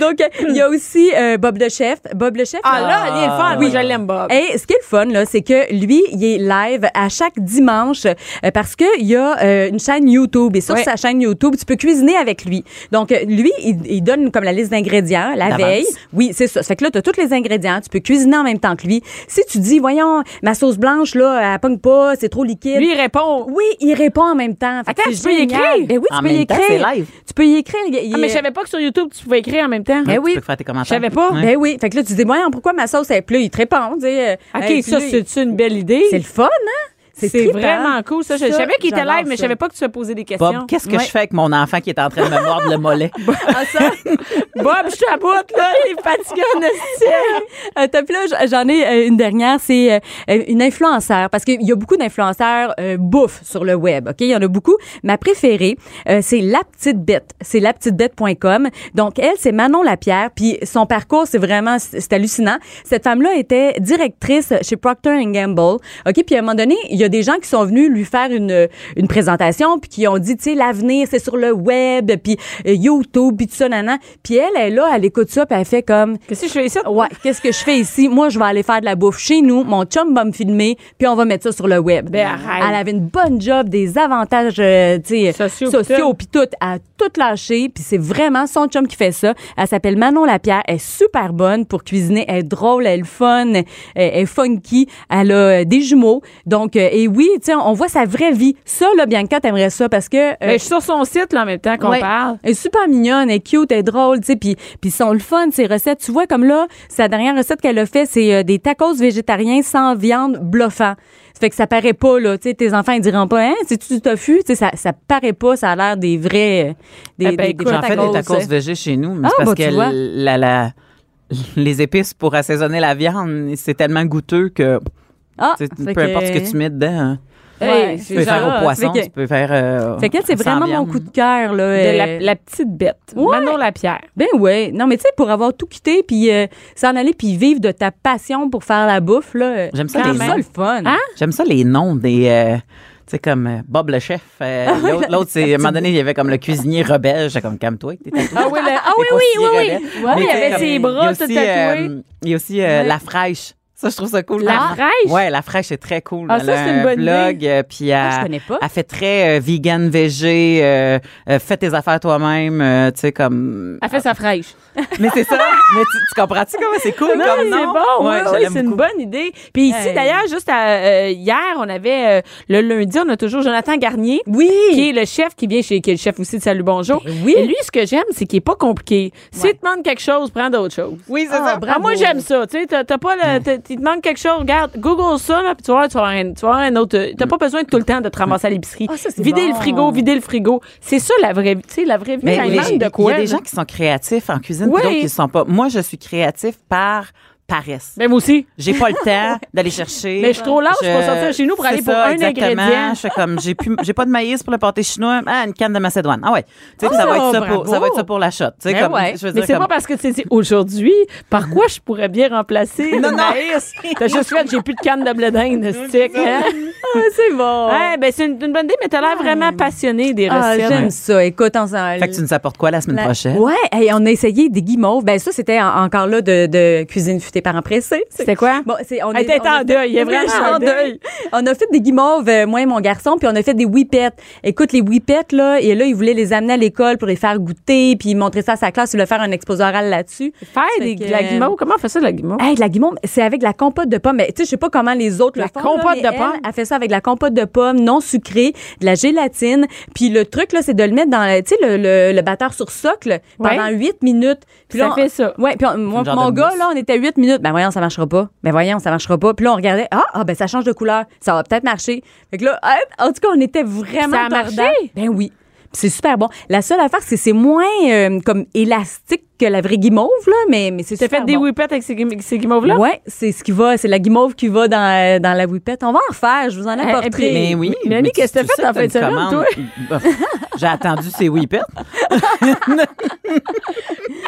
S5: Donc, euh, il y a aussi euh, Bob le chef. Bob le chef.
S3: Ah là, il est le fun. Oui, je l'aime, Bob.
S5: Et ce qui est le fun, là, c'est que lui, il est live à chaque dimanche euh, parce qu'il y a euh, une chaîne YouTube. Et sur
S3: Ouais.
S5: sa chaîne YouTube, tu peux cuisiner avec lui. Donc, euh, lui, il, il donne comme la liste d'ingrédients la
S4: D'avance.
S5: veille. Oui, c'est ça. Fait que là, tu as tous les ingrédients. Tu peux cuisiner en même temps que lui. Si tu dis, voyons, ma sauce blanche, là, elle pogne pas, c'est trop liquide.
S3: Lui, il répond.
S5: oui, il répond en même temps. Fait que
S3: Attends,
S5: c'est
S3: tu peux y
S5: génial.
S3: écrire?
S5: Ben oui, tu
S4: En
S5: peux y
S4: même temps,
S5: écrire.
S4: c'est live.
S5: Tu peux y écrire. Il- il-
S3: Ah, mais je savais pas que sur YouTube, tu pouvais écrire en même temps.
S5: Ben
S4: Tu
S5: oui.
S4: peux faire tes
S3: Je
S4: commentaires.
S3: savais pas.
S4: Ouais.
S5: Ben oui. Fait que là, tu te dis, voyons, pourquoi ma sauce est plus? Il te répond. tu sais, euh,
S3: OK,
S5: hey, puis
S3: ça,
S5: là, il-
S3: c'est une belle idée.
S5: c'est le fun, hein?
S3: C'est
S5: trippant.
S3: vraiment cool, ça. Je, je
S5: Ça,
S3: savais qu'il était
S5: j'adore
S3: live, mais je
S5: ça.
S3: savais pas que tu te posais des questions.
S4: Bob, qu'est-ce que
S5: Ouais.
S4: je fais avec mon enfant qui est en train de me mordre le mollet?
S5: Ah, ça?
S3: Bob, je t'aboute, là, il est fatigué en esti.
S5: Euh, top là, j- j'en ai euh, une dernière, c'est euh, euh, une influenceur, parce qu'il y a beaucoup d'influenceurs euh, bouffe sur le web, OK? Il y en a beaucoup. Ma préférée, euh, c'est La Petite Bête. C'est lapetitebête.com. Donc, elle, c'est Manon Lapierre, puis son parcours, c'est vraiment, c'est c'est hallucinant. Cette femme-là était directrice chez Procter Gamble, OK? Puis à un moment donné, il y a des gens qui sont venus lui faire une, une présentation, puis qui ont dit, tu sais, l'avenir, c'est sur le web, puis euh, YouTube, puis tout ça, nanan. Puis elle, elle est là, elle écoute ça, puis elle fait comme...
S3: Qu'est-ce que je fais ici?
S5: Ouais, qu'est-ce que je fais ici? Moi, je vais aller faire de la bouffe chez nous. Mon chum va me filmer, puis on va mettre ça sur le web.
S3: Ben, arrête.
S5: Elle avait une bonne job, des avantages euh, tu sais,
S3: Sociaux,
S5: sociaux, puis tout. Elle a tout lâché, puis c'est vraiment son chum qui fait ça. Elle s'appelle Manon Lapierre. Elle est super bonne pour cuisiner. Elle est drôle, elle est fun, elle elle est funky. Elle a euh, des jumeaux. Donc, euh, et oui, tu sais, on voit sa vraie vie. Ça, là, Bianca, t'aimerais ça parce que... euh,
S3: Ben, je suis sur son site, là, en même temps qu'on
S5: Ouais.
S3: parle.
S5: Elle est super mignonne, elle est cute, elle est drôle, tu sais, puis puis ils sont le fun ces recettes. Tu vois comme là, sa dernière recette qu'elle a fait, c'est euh, des tacos végétariens sans viande bluffant. Ça fait que ça paraît pas là, tu sais, tes enfants ils diront pas hein, c'est tu du tofu, tu sais ça ça paraît pas, ça a l'air des vrais euh,
S3: Eh
S5: des,
S3: ben,
S5: des- des
S3: écoute,
S5: vrais
S4: J'en fais des tacos
S5: hein.
S4: végés chez nous, mais
S5: Ah,
S4: c'est parce
S5: bah, tu
S4: que
S5: vois.
S4: la- la- les épices pour assaisonner la viande, c'est tellement goûteux que
S5: Ah,
S4: tu sais,
S5: fait
S4: peu importe ce que tu mets dedans, hein.
S3: Hey,
S5: Ouais.
S4: tu peux
S3: c'est
S4: faire
S3: genre
S4: au poisson,
S5: fait que-
S4: tu peux faire. euh,
S5: Fait que là, c'est
S4: sans
S5: vraiment mon
S4: viande.
S5: coup de cœur là.
S3: de
S5: euh,
S3: la, la petite bête.
S5: Ouais.
S3: Manon Lapierre.
S5: Ben ouais, non mais tu sais pour avoir tout quitté puis euh, s'en aller puis vivre de ta passion pour faire la bouffe là. euh,
S4: J'aime ça,
S5: c'est
S4: les
S5: le fun.
S3: Hein?
S4: J'aime ça les noms des. euh, tu sais, comme euh, Bob le chef. euh, l'autre- L'autre, c'est. À un moment donné, il y avait comme le cuisinier rebelle. J'étais comme, calme-toi. t'es tatoué.
S3: Ah oui, le- ah oui,
S4: T'es pas
S3: oui,
S4: si
S3: oui, oui.
S4: rebelle.
S3: Ouais,
S4: Mais
S3: Ah, il
S4: tu sais,
S3: avait
S4: comme,
S3: ses
S4: il y a
S3: bras tout
S4: aussi,
S3: tatoués.
S4: euh, Il y a aussi euh, la fraîche. Ça, je trouve ça cool.
S3: La
S4: Ah.
S3: fraîche?
S4: Ouais, la fraîche, c'est très cool.
S3: Ah, ça,
S4: Elle a
S3: c'est une
S4: un
S3: bonne
S4: blog, euh, puis elle,
S5: Ah, je connais pas.
S4: elle fait très euh, vegan, végé, euh, euh, fais tes affaires toi-même, euh, tu sais, comme...
S3: Elle ah, fait sa
S5: Ah,
S3: fraîche.
S4: Mais c'est ça, mais tu, tu comprends-tu comment c'est cool
S3: Non, c'est
S4: comme nom?
S3: bon.
S4: Ouais,
S3: oui,
S4: je
S3: Ah oui,
S4: l'aime
S3: c'est une
S4: beaucoup.
S3: bonne idée. Puis ici,
S5: Hey.
S3: d'ailleurs, juste à, euh, hier, on avait euh, le lundi, on a toujours Jonathan Garnier.
S5: Oui.
S3: Qui est le chef qui vient chez, qui est le chef aussi de Salut Bonjour.
S5: Ben oui.
S3: Et lui, ce que j'aime, c'est qu'il est pas compliqué. S'il te demande quelque chose, prends d'autres choses.
S4: Oui, c'est
S5: Ah,
S4: ça.
S5: bravo.
S3: Ah, moi, j'aime ça. Tu sais, t'as t'as pas le. t'as- Il te manque quelque chose. Regarde, Google ça, là, puis tu vois, tu vas avoir un, tu vas avoir un autre. euh, T'as pas besoin de tout le temps de te ramasser à l'épicerie.
S5: Ah, ça, c'est
S3: vider
S5: bon.
S3: le frigo, vider le frigo. C'est ça, la vraie vie. Tu sais, la vraie vie.
S4: Mais
S3: ça
S4: les-
S3: manque de
S4: il
S3: quoi.
S4: y a des
S3: là.
S4: gens qui sont créatifs en cuisine,
S3: Oui.
S4: puis d'autres qui ne sont pas. Moi, je suis créatif par paresse.
S3: Ben, moi aussi.
S4: J'ai pas le temps d'aller chercher.
S3: Mais je suis trop lâche pour sortir chez nous pour
S4: c'est
S3: aller pour
S4: ça,
S3: un
S4: exactement.
S3: ingrédient.
S4: Je fais comme j'ai plus, j'ai pas de maïs pour le pâté chinois. Ah, une canne de Macédoine. Ah ouais. Tu sais, puis ça va être ça
S3: bravo.
S4: pour, ça va être ça pour la shot. Tu sais,
S5: Ben
S4: comme,
S5: ouais.
S4: je veux
S3: Mais
S4: dire
S3: c'est
S4: comme-
S3: pas parce que tu t'es dit aujourd'hui, par quoi je pourrais bien remplacer le maïs? T'as juste fait, j'ai plus de canne de blé d'Inde, stick. Hein?
S5: c'est bon.
S3: Ouais, ben c'est une, une bonne idée, mais t'as l'air vraiment passionné des
S5: Ah,
S3: recettes.
S5: j'aime ça. Écoute, on s'en
S4: Fait que tu nous apportes quoi la semaine
S5: La-
S4: prochaine?
S5: Ouais, hey, on a essayé des guimauves. Ben ça, c'était en- encore là de, de cuisine futée par un pressé.
S3: C'était quoi?
S5: Bon, c'est on
S3: Elle
S5: est-
S3: était
S5: on a
S3: en
S5: fait-
S3: deuil, elle est
S5: Oui,
S3: vraiment
S5: je suis
S3: en deuil.
S5: On a fait des guimauves, euh, moi et mon garçon, puis on a fait des whippets. Écoute, les whippets, là, et là, ils voulaient les amener à l'école pour les faire goûter, puis montrer ça à sa classe, il voulait faire un exposé oral là-dessus.
S3: Faire
S5: Ça
S3: des,
S5: fait que-
S3: de la guimauve, comment on fait ça de la guimauve?
S5: Hey, de la guimauve, c'est avec de la compote de pommes. Mais tu sais, je sais pas comment les autres
S3: La
S5: le font.
S3: compote
S5: là, mais
S3: de
S5: elle,
S3: pommes?
S5: Elle fait ça avec de la compote de pommes non sucrée, de la gélatine. Puis le truc, là, c'est de le mettre dans, la- tu sais, le, le, le batteur sur socle pendant
S3: Ouais.
S5: 8 minutes. Puis
S3: Ça
S5: là, on-
S3: fait ça.
S5: Ouais, puis on- mon,
S4: genre
S5: mon
S4: de
S5: gars,
S4: mousse.
S5: là, on était 8 minutes. Ben voyons, ça marchera pas. Ben voyons, ça marchera pas. Puis là, on regardait. Ah, ah ben ça change de couleur. Ça va peut-être marcher. Fait que là, hop, en tout cas, on était vraiment
S3: Ça a
S5: tordants.
S3: marché?
S5: Ben oui. Puis C'est super bon. La seule affaire, c'est que c'est moins euh, comme élastique que la vraie guimauve, là, mais, mais c'est
S3: T'as
S5: super
S3: fait des
S5: Ah, bon.
S3: whippets avec ces, guim- ces guimauves-là?
S5: Ouais, c'est ce qui va, c'est la guimauve qui va dans, euh, dans la whippette. On va en faire, je vous en
S3: Eh, eh, puis-
S5: apporterai.
S4: Mais Ben oui.
S3: Mélanie,
S4: mais tu-
S3: qu'est-ce que
S4: tu
S3: t'as fait
S4: sais
S3: en fin de
S4: t'as une
S3: semaine,
S4: commande. J'ai attendu ces whippets.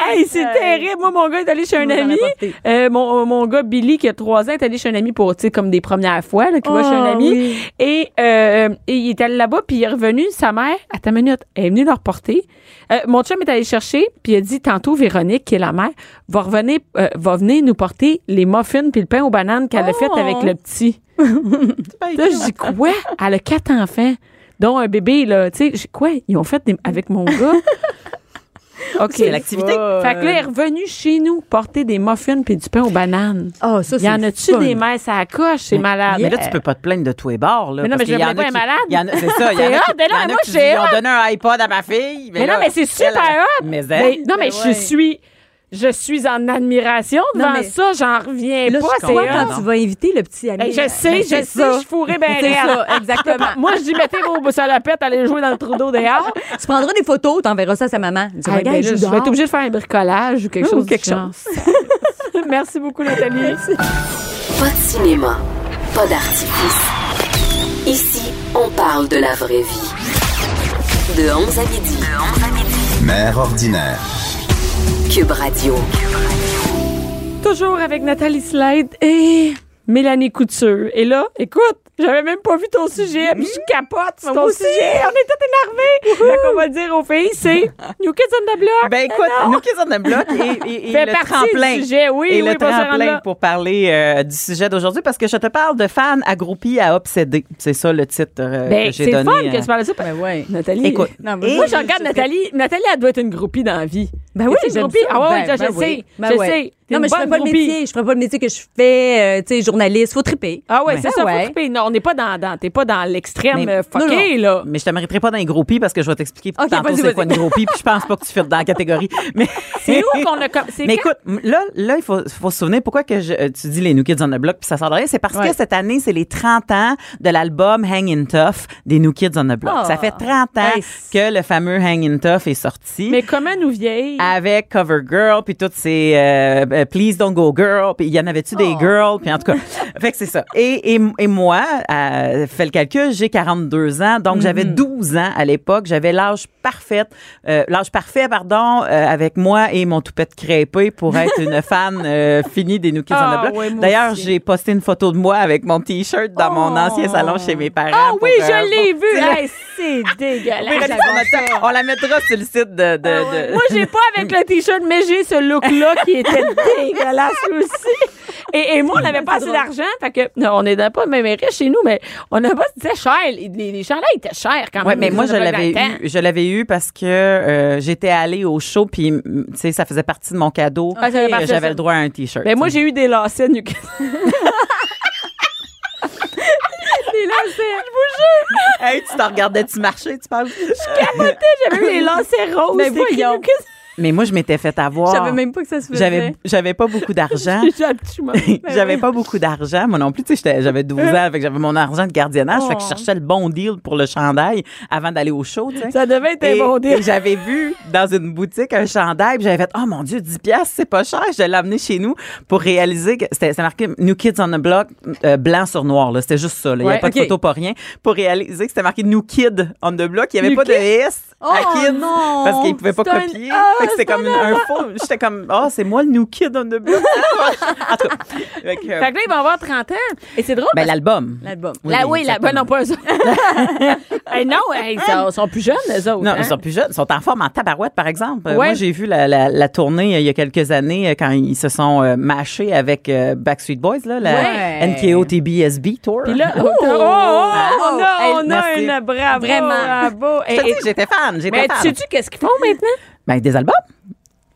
S3: Hey, c'est terrible. Moi, mon gars est allé chez un
S5: nous en
S3: ami.
S5: apporter.
S3: Euh, mon, mon gars Billy, qui a trois ans, est allé chez un ami pour, tu sais, comme des premières fois, là, qui va
S5: Oh,
S3: chez un ami.
S5: oui.
S3: Et, euh, et il est allé là-bas, puis il est revenu. Sa mère, à ta minute, elle est venue leur porter. Euh, mon chum est allé chercher, puis il a dit tantôt, Véronique, qui est la mère, va revenir, euh, va venir nous porter les muffins puis le pain aux bananes qu'elle a
S5: Oh.
S3: fait avec le petit. Là, je dis quoi? Elle a quatre enfants, dont un bébé, là. Tu sais, j'ai quoi? Ils ont fait des- avec mon gars. OK.
S4: C'est l'activité.
S3: Fait que là, elle est revenue chez nous porter des muffins puis du pain aux bananes.
S5: Ah, ça,
S3: Il y en
S5: c'est
S3: a-tu
S5: fun.
S3: des messes à la coche? C'est malade.
S4: Mais là, tu peux pas te plaindre de tous les bords. Là,
S3: Ah, Mais non,
S4: parce
S3: mais je
S4: qu'il y
S3: le
S4: en
S3: voulais
S4: a
S3: pas,
S4: qui-
S3: elle est
S4: il y en a- C'est ça. il y en
S3: C'est
S4: a
S3: hot,
S4: qui-
S3: mais non,
S4: il y en
S3: mais
S4: a
S3: moi,
S4: qui
S3: c'est
S4: lui ont
S3: hot.
S4: donné un iPod à ma fille.
S3: Mais non,
S4: là,
S3: mais c'est
S4: elle, ben
S3: super hot.
S4: Mais elle-
S3: Mais- non, mais
S4: elle-
S3: je suis Je suis en admiration
S5: Non,
S3: devant
S5: mais-
S3: ça, j'en reviens
S5: Là,
S3: pas.
S5: je
S3: c'est
S5: crois
S3: hot.
S5: quand tu vas inviter le petit ami.
S3: Hey, Eh, je sais,
S5: Ben,
S3: je sais, je
S5: c'est ça.
S3: suis fourré ben
S5: C'est
S3: raide.
S5: ça, exactement.
S3: Moi, je dis, mettez vos salopettes, allez jouer dans le trou d'eau dehors.
S5: Tu prendras des photos, t'enverras ça à sa maman. Tu
S3: Hey, ben là, je vais être obligée de faire un bricolage ou quelque
S5: Ou
S3: chose. du
S5: quelque
S3: genre. Merci beaucoup, Nathalie.
S1: Pas de cinéma, pas d'artifice. Ici, on parle de la vraie vie. De 11 à midi.
S2: Mère ordinaire.
S1: Cube Radio.
S3: Toujours avec Nathalie Slade et Mélanie Couture. Et là, écoute, j'avais même pas vu ton sujet, puis je capote sur ton sujet. On est tous énervés. Fait qu'on va le dire aux filles, c'est New Kids on the Block.
S4: Ben écoute,
S3: Non.
S4: nous qui sommes dans le bloc et, et- et
S3: Fait
S4: le
S3: partie
S4: tremplin.
S3: du sujet, oui,
S4: et
S3: oui,
S4: le
S3: pas se rendre là.
S4: tremplin pour parler euh, du sujet d'aujourd'hui parce que je te parle de fans accroupis à obséder. C'est ça le titre euh,
S3: Ben,
S4: que
S3: c'est
S4: j'ai
S3: le
S4: donné.
S3: fun que
S4: euh,
S3: tu parles de ça. parce-
S5: Ben ouais. Ben
S3: Nathalie.
S4: Écoute,
S5: Non, mais
S4: et-
S3: moi, je regarde Nathalie. Nathalie, elle doit être une groupie dans la vie.
S5: Ben oui,
S3: T'es-tu une
S5: j'aime
S3: groupie?
S5: ça.
S3: Ah ouais,
S5: Ben-
S3: je
S5: ben
S3: sais,
S5: oui.
S3: je
S5: ouais.
S3: sais. T'es
S5: Non,
S3: une
S5: mais je ferais
S3: bonne
S5: pas le
S3: groupie.
S5: métier. Je ferais pas le métier que je fais, euh, tu sais, journaliste. Faut triper.
S3: Ah ouais,
S4: Ouais.
S3: c'est ça.
S5: Ah ouais.
S3: faut triper. Non, on n'est pas dans, dans- t'es pas dans l'extrême
S4: Mais-
S3: euh, fucké, là.
S4: Mais je te mériterai pas d'un groupie parce que je vais t'expliquer
S5: Ok,
S4: tantôt
S5: vas-y,
S4: c'est
S5: vas-y.
S4: quoi une groupie puis je pense pas que tu fites dans la catégorie. Mais
S3: C'est où qu'on a comme. c'est
S4: Mais
S3: quand-
S4: écoute, m- là, là, il faut, faut se souvenir pourquoi que je- euh, tu dis les New Kids on the Block puis ça sort de rien. C'est parce
S5: Ouais.
S4: que cette année, c'est les 30 ans de l'album Hangin' Tough des New Kids on the Block.
S5: Ah.
S4: Ça fait 30 ans
S5: Hey.
S4: que le fameux Hangin' Tough est sorti.
S3: Mais comment nous vieilles?
S4: avec Covergirl puis toutes ces euh, euh, Please Don't Go Girl puis il y en avait-tu des
S3: Oh.
S4: girls puis en tout cas fait que c'est ça et, et, et moi euh, fais le calcul j'ai 42 ans donc j'avais
S3: Mhm.
S4: 12 ans à l'époque j'avais l'âge parfait euh, l'âge parfait pardon euh, avec moi et mon toupette crépé pour être une fan euh, finie des New Kids on
S3: Ah,
S4: the Block
S3: ouais, moi
S4: d'ailleurs
S3: aussi. Oh.
S4: j'ai posté une photo de moi avec mon t-shirt dans mon ancien salon chez mes parents
S3: Ah
S4: pour,
S3: oui,
S4: euh,
S3: je l'ai
S4: pour-
S3: vu. Hey, c'est dégueulasse.
S4: Véronique, on la- on la mettra sur le site de, de- de-
S3: Ah Moi, j'ai pas avec le t-shirt, mais j'ai ce look-là qui était dégueulasse aussi. Et, et moi, on n'avait pas assez d'argent. Fait que, non, on n'était pas même riche chez nous, mais on n'a pas, c'était cher. Les, les les chandails étaient chers quand même.
S4: Ouais, mais moi je
S3: Ils ont
S4: l'avais
S3: 20 ans.
S4: eu, je l'avais eu parce que euh, j'étais allée au show puis mm, tu sais ça faisait partie de mon cadeau.
S3: Ah, ça fait
S4: que
S3: partie de ça.
S4: J'avais le droit à un t-shirt.
S3: Ben, moi, j'ai eu des lacets nuque. des lacets.
S4: Ah, hey, tu te regardais tu marchais, tu parles.
S3: J'avais eu les lacets roses.
S5: Mais
S3: C'est écrit
S5: voyons.
S3: Nuke.
S4: mais moi je m'étais fait avoir.
S5: Je savais même pas que ça se faisait.
S4: J'avais j'avais pas beaucoup d'argent.
S3: J'ai un petit moment. Ben
S4: j'avais
S3: oui.
S4: pas beaucoup d'argent, moi non plus. Tu sais, j'étais- j'avais 12
S3: Euh.
S4: ans, fait que j'avais mon argent de gardiennage, fait que
S3: Oh.
S4: je cherchais le bon deal pour le chandail avant d'aller au show. tu sais.
S3: Ça devait être
S4: Et,
S3: un bon deal.
S4: et j'avais vu dans une boutique un chandail, puis j'avais fait, oh mon Dieu, 10 piastres, c'est pas cher. Je l'ai amené chez nous pour réaliser que c'était c'était marqué New Kids on the Block, euh, blanc sur noir. là. C'était juste ça. là. Il n'y
S5: Ouais,
S4: avait pas
S5: ok.
S4: de photo, pas rien. Pour réaliser que c'était marqué New Kid on the Block. Il n'y avait
S3: New
S4: pas
S3: Kid?
S4: de S
S5: Oh,
S4: à Kids
S5: non!
S4: parce qu'ils ne pouvaient pas
S3: C'est un-
S4: copier.
S3: Ah,
S4: Fait que c'était comme un faux. J'étais comme, oh, c'est moi le New Kid on the Block. en tout cas. Fait que, euh,
S3: Fait que là, ils vont avoir 30 ans. Et c'est drôle.
S4: ben, l'album.
S5: L'album.
S3: Là, oui, là, ben
S4: exactement.
S3: non, pas eux autres. Hey, non, hey, ils sont, sont plus jeunes, eux autres.
S4: Non,
S3: hein?
S4: ils sont plus jeunes. Ils sont en forme en tabarouette, par exemple. Euh,
S3: Ouais.
S4: Moi, j'ai vu la, la, la tournée euh, il y a quelques années euh, quand ils se sont euh, mâchés avec euh, Backstreet Boys, là, la
S5: Ouais.
S4: NKO TBSB Tour.
S3: Puis là, oh, oh, oh, on a,
S5: Hey,
S3: on a
S4: merci.
S3: une bravo.
S5: Vraiment.
S3: Bravo.
S4: Je
S3: Et-
S4: te dis,
S3: et-
S4: j'étais fan, j'étais
S3: mais
S4: fan.
S3: sais-tu qu'est-ce qu'ils font maintenant?
S4: Ben, des albums.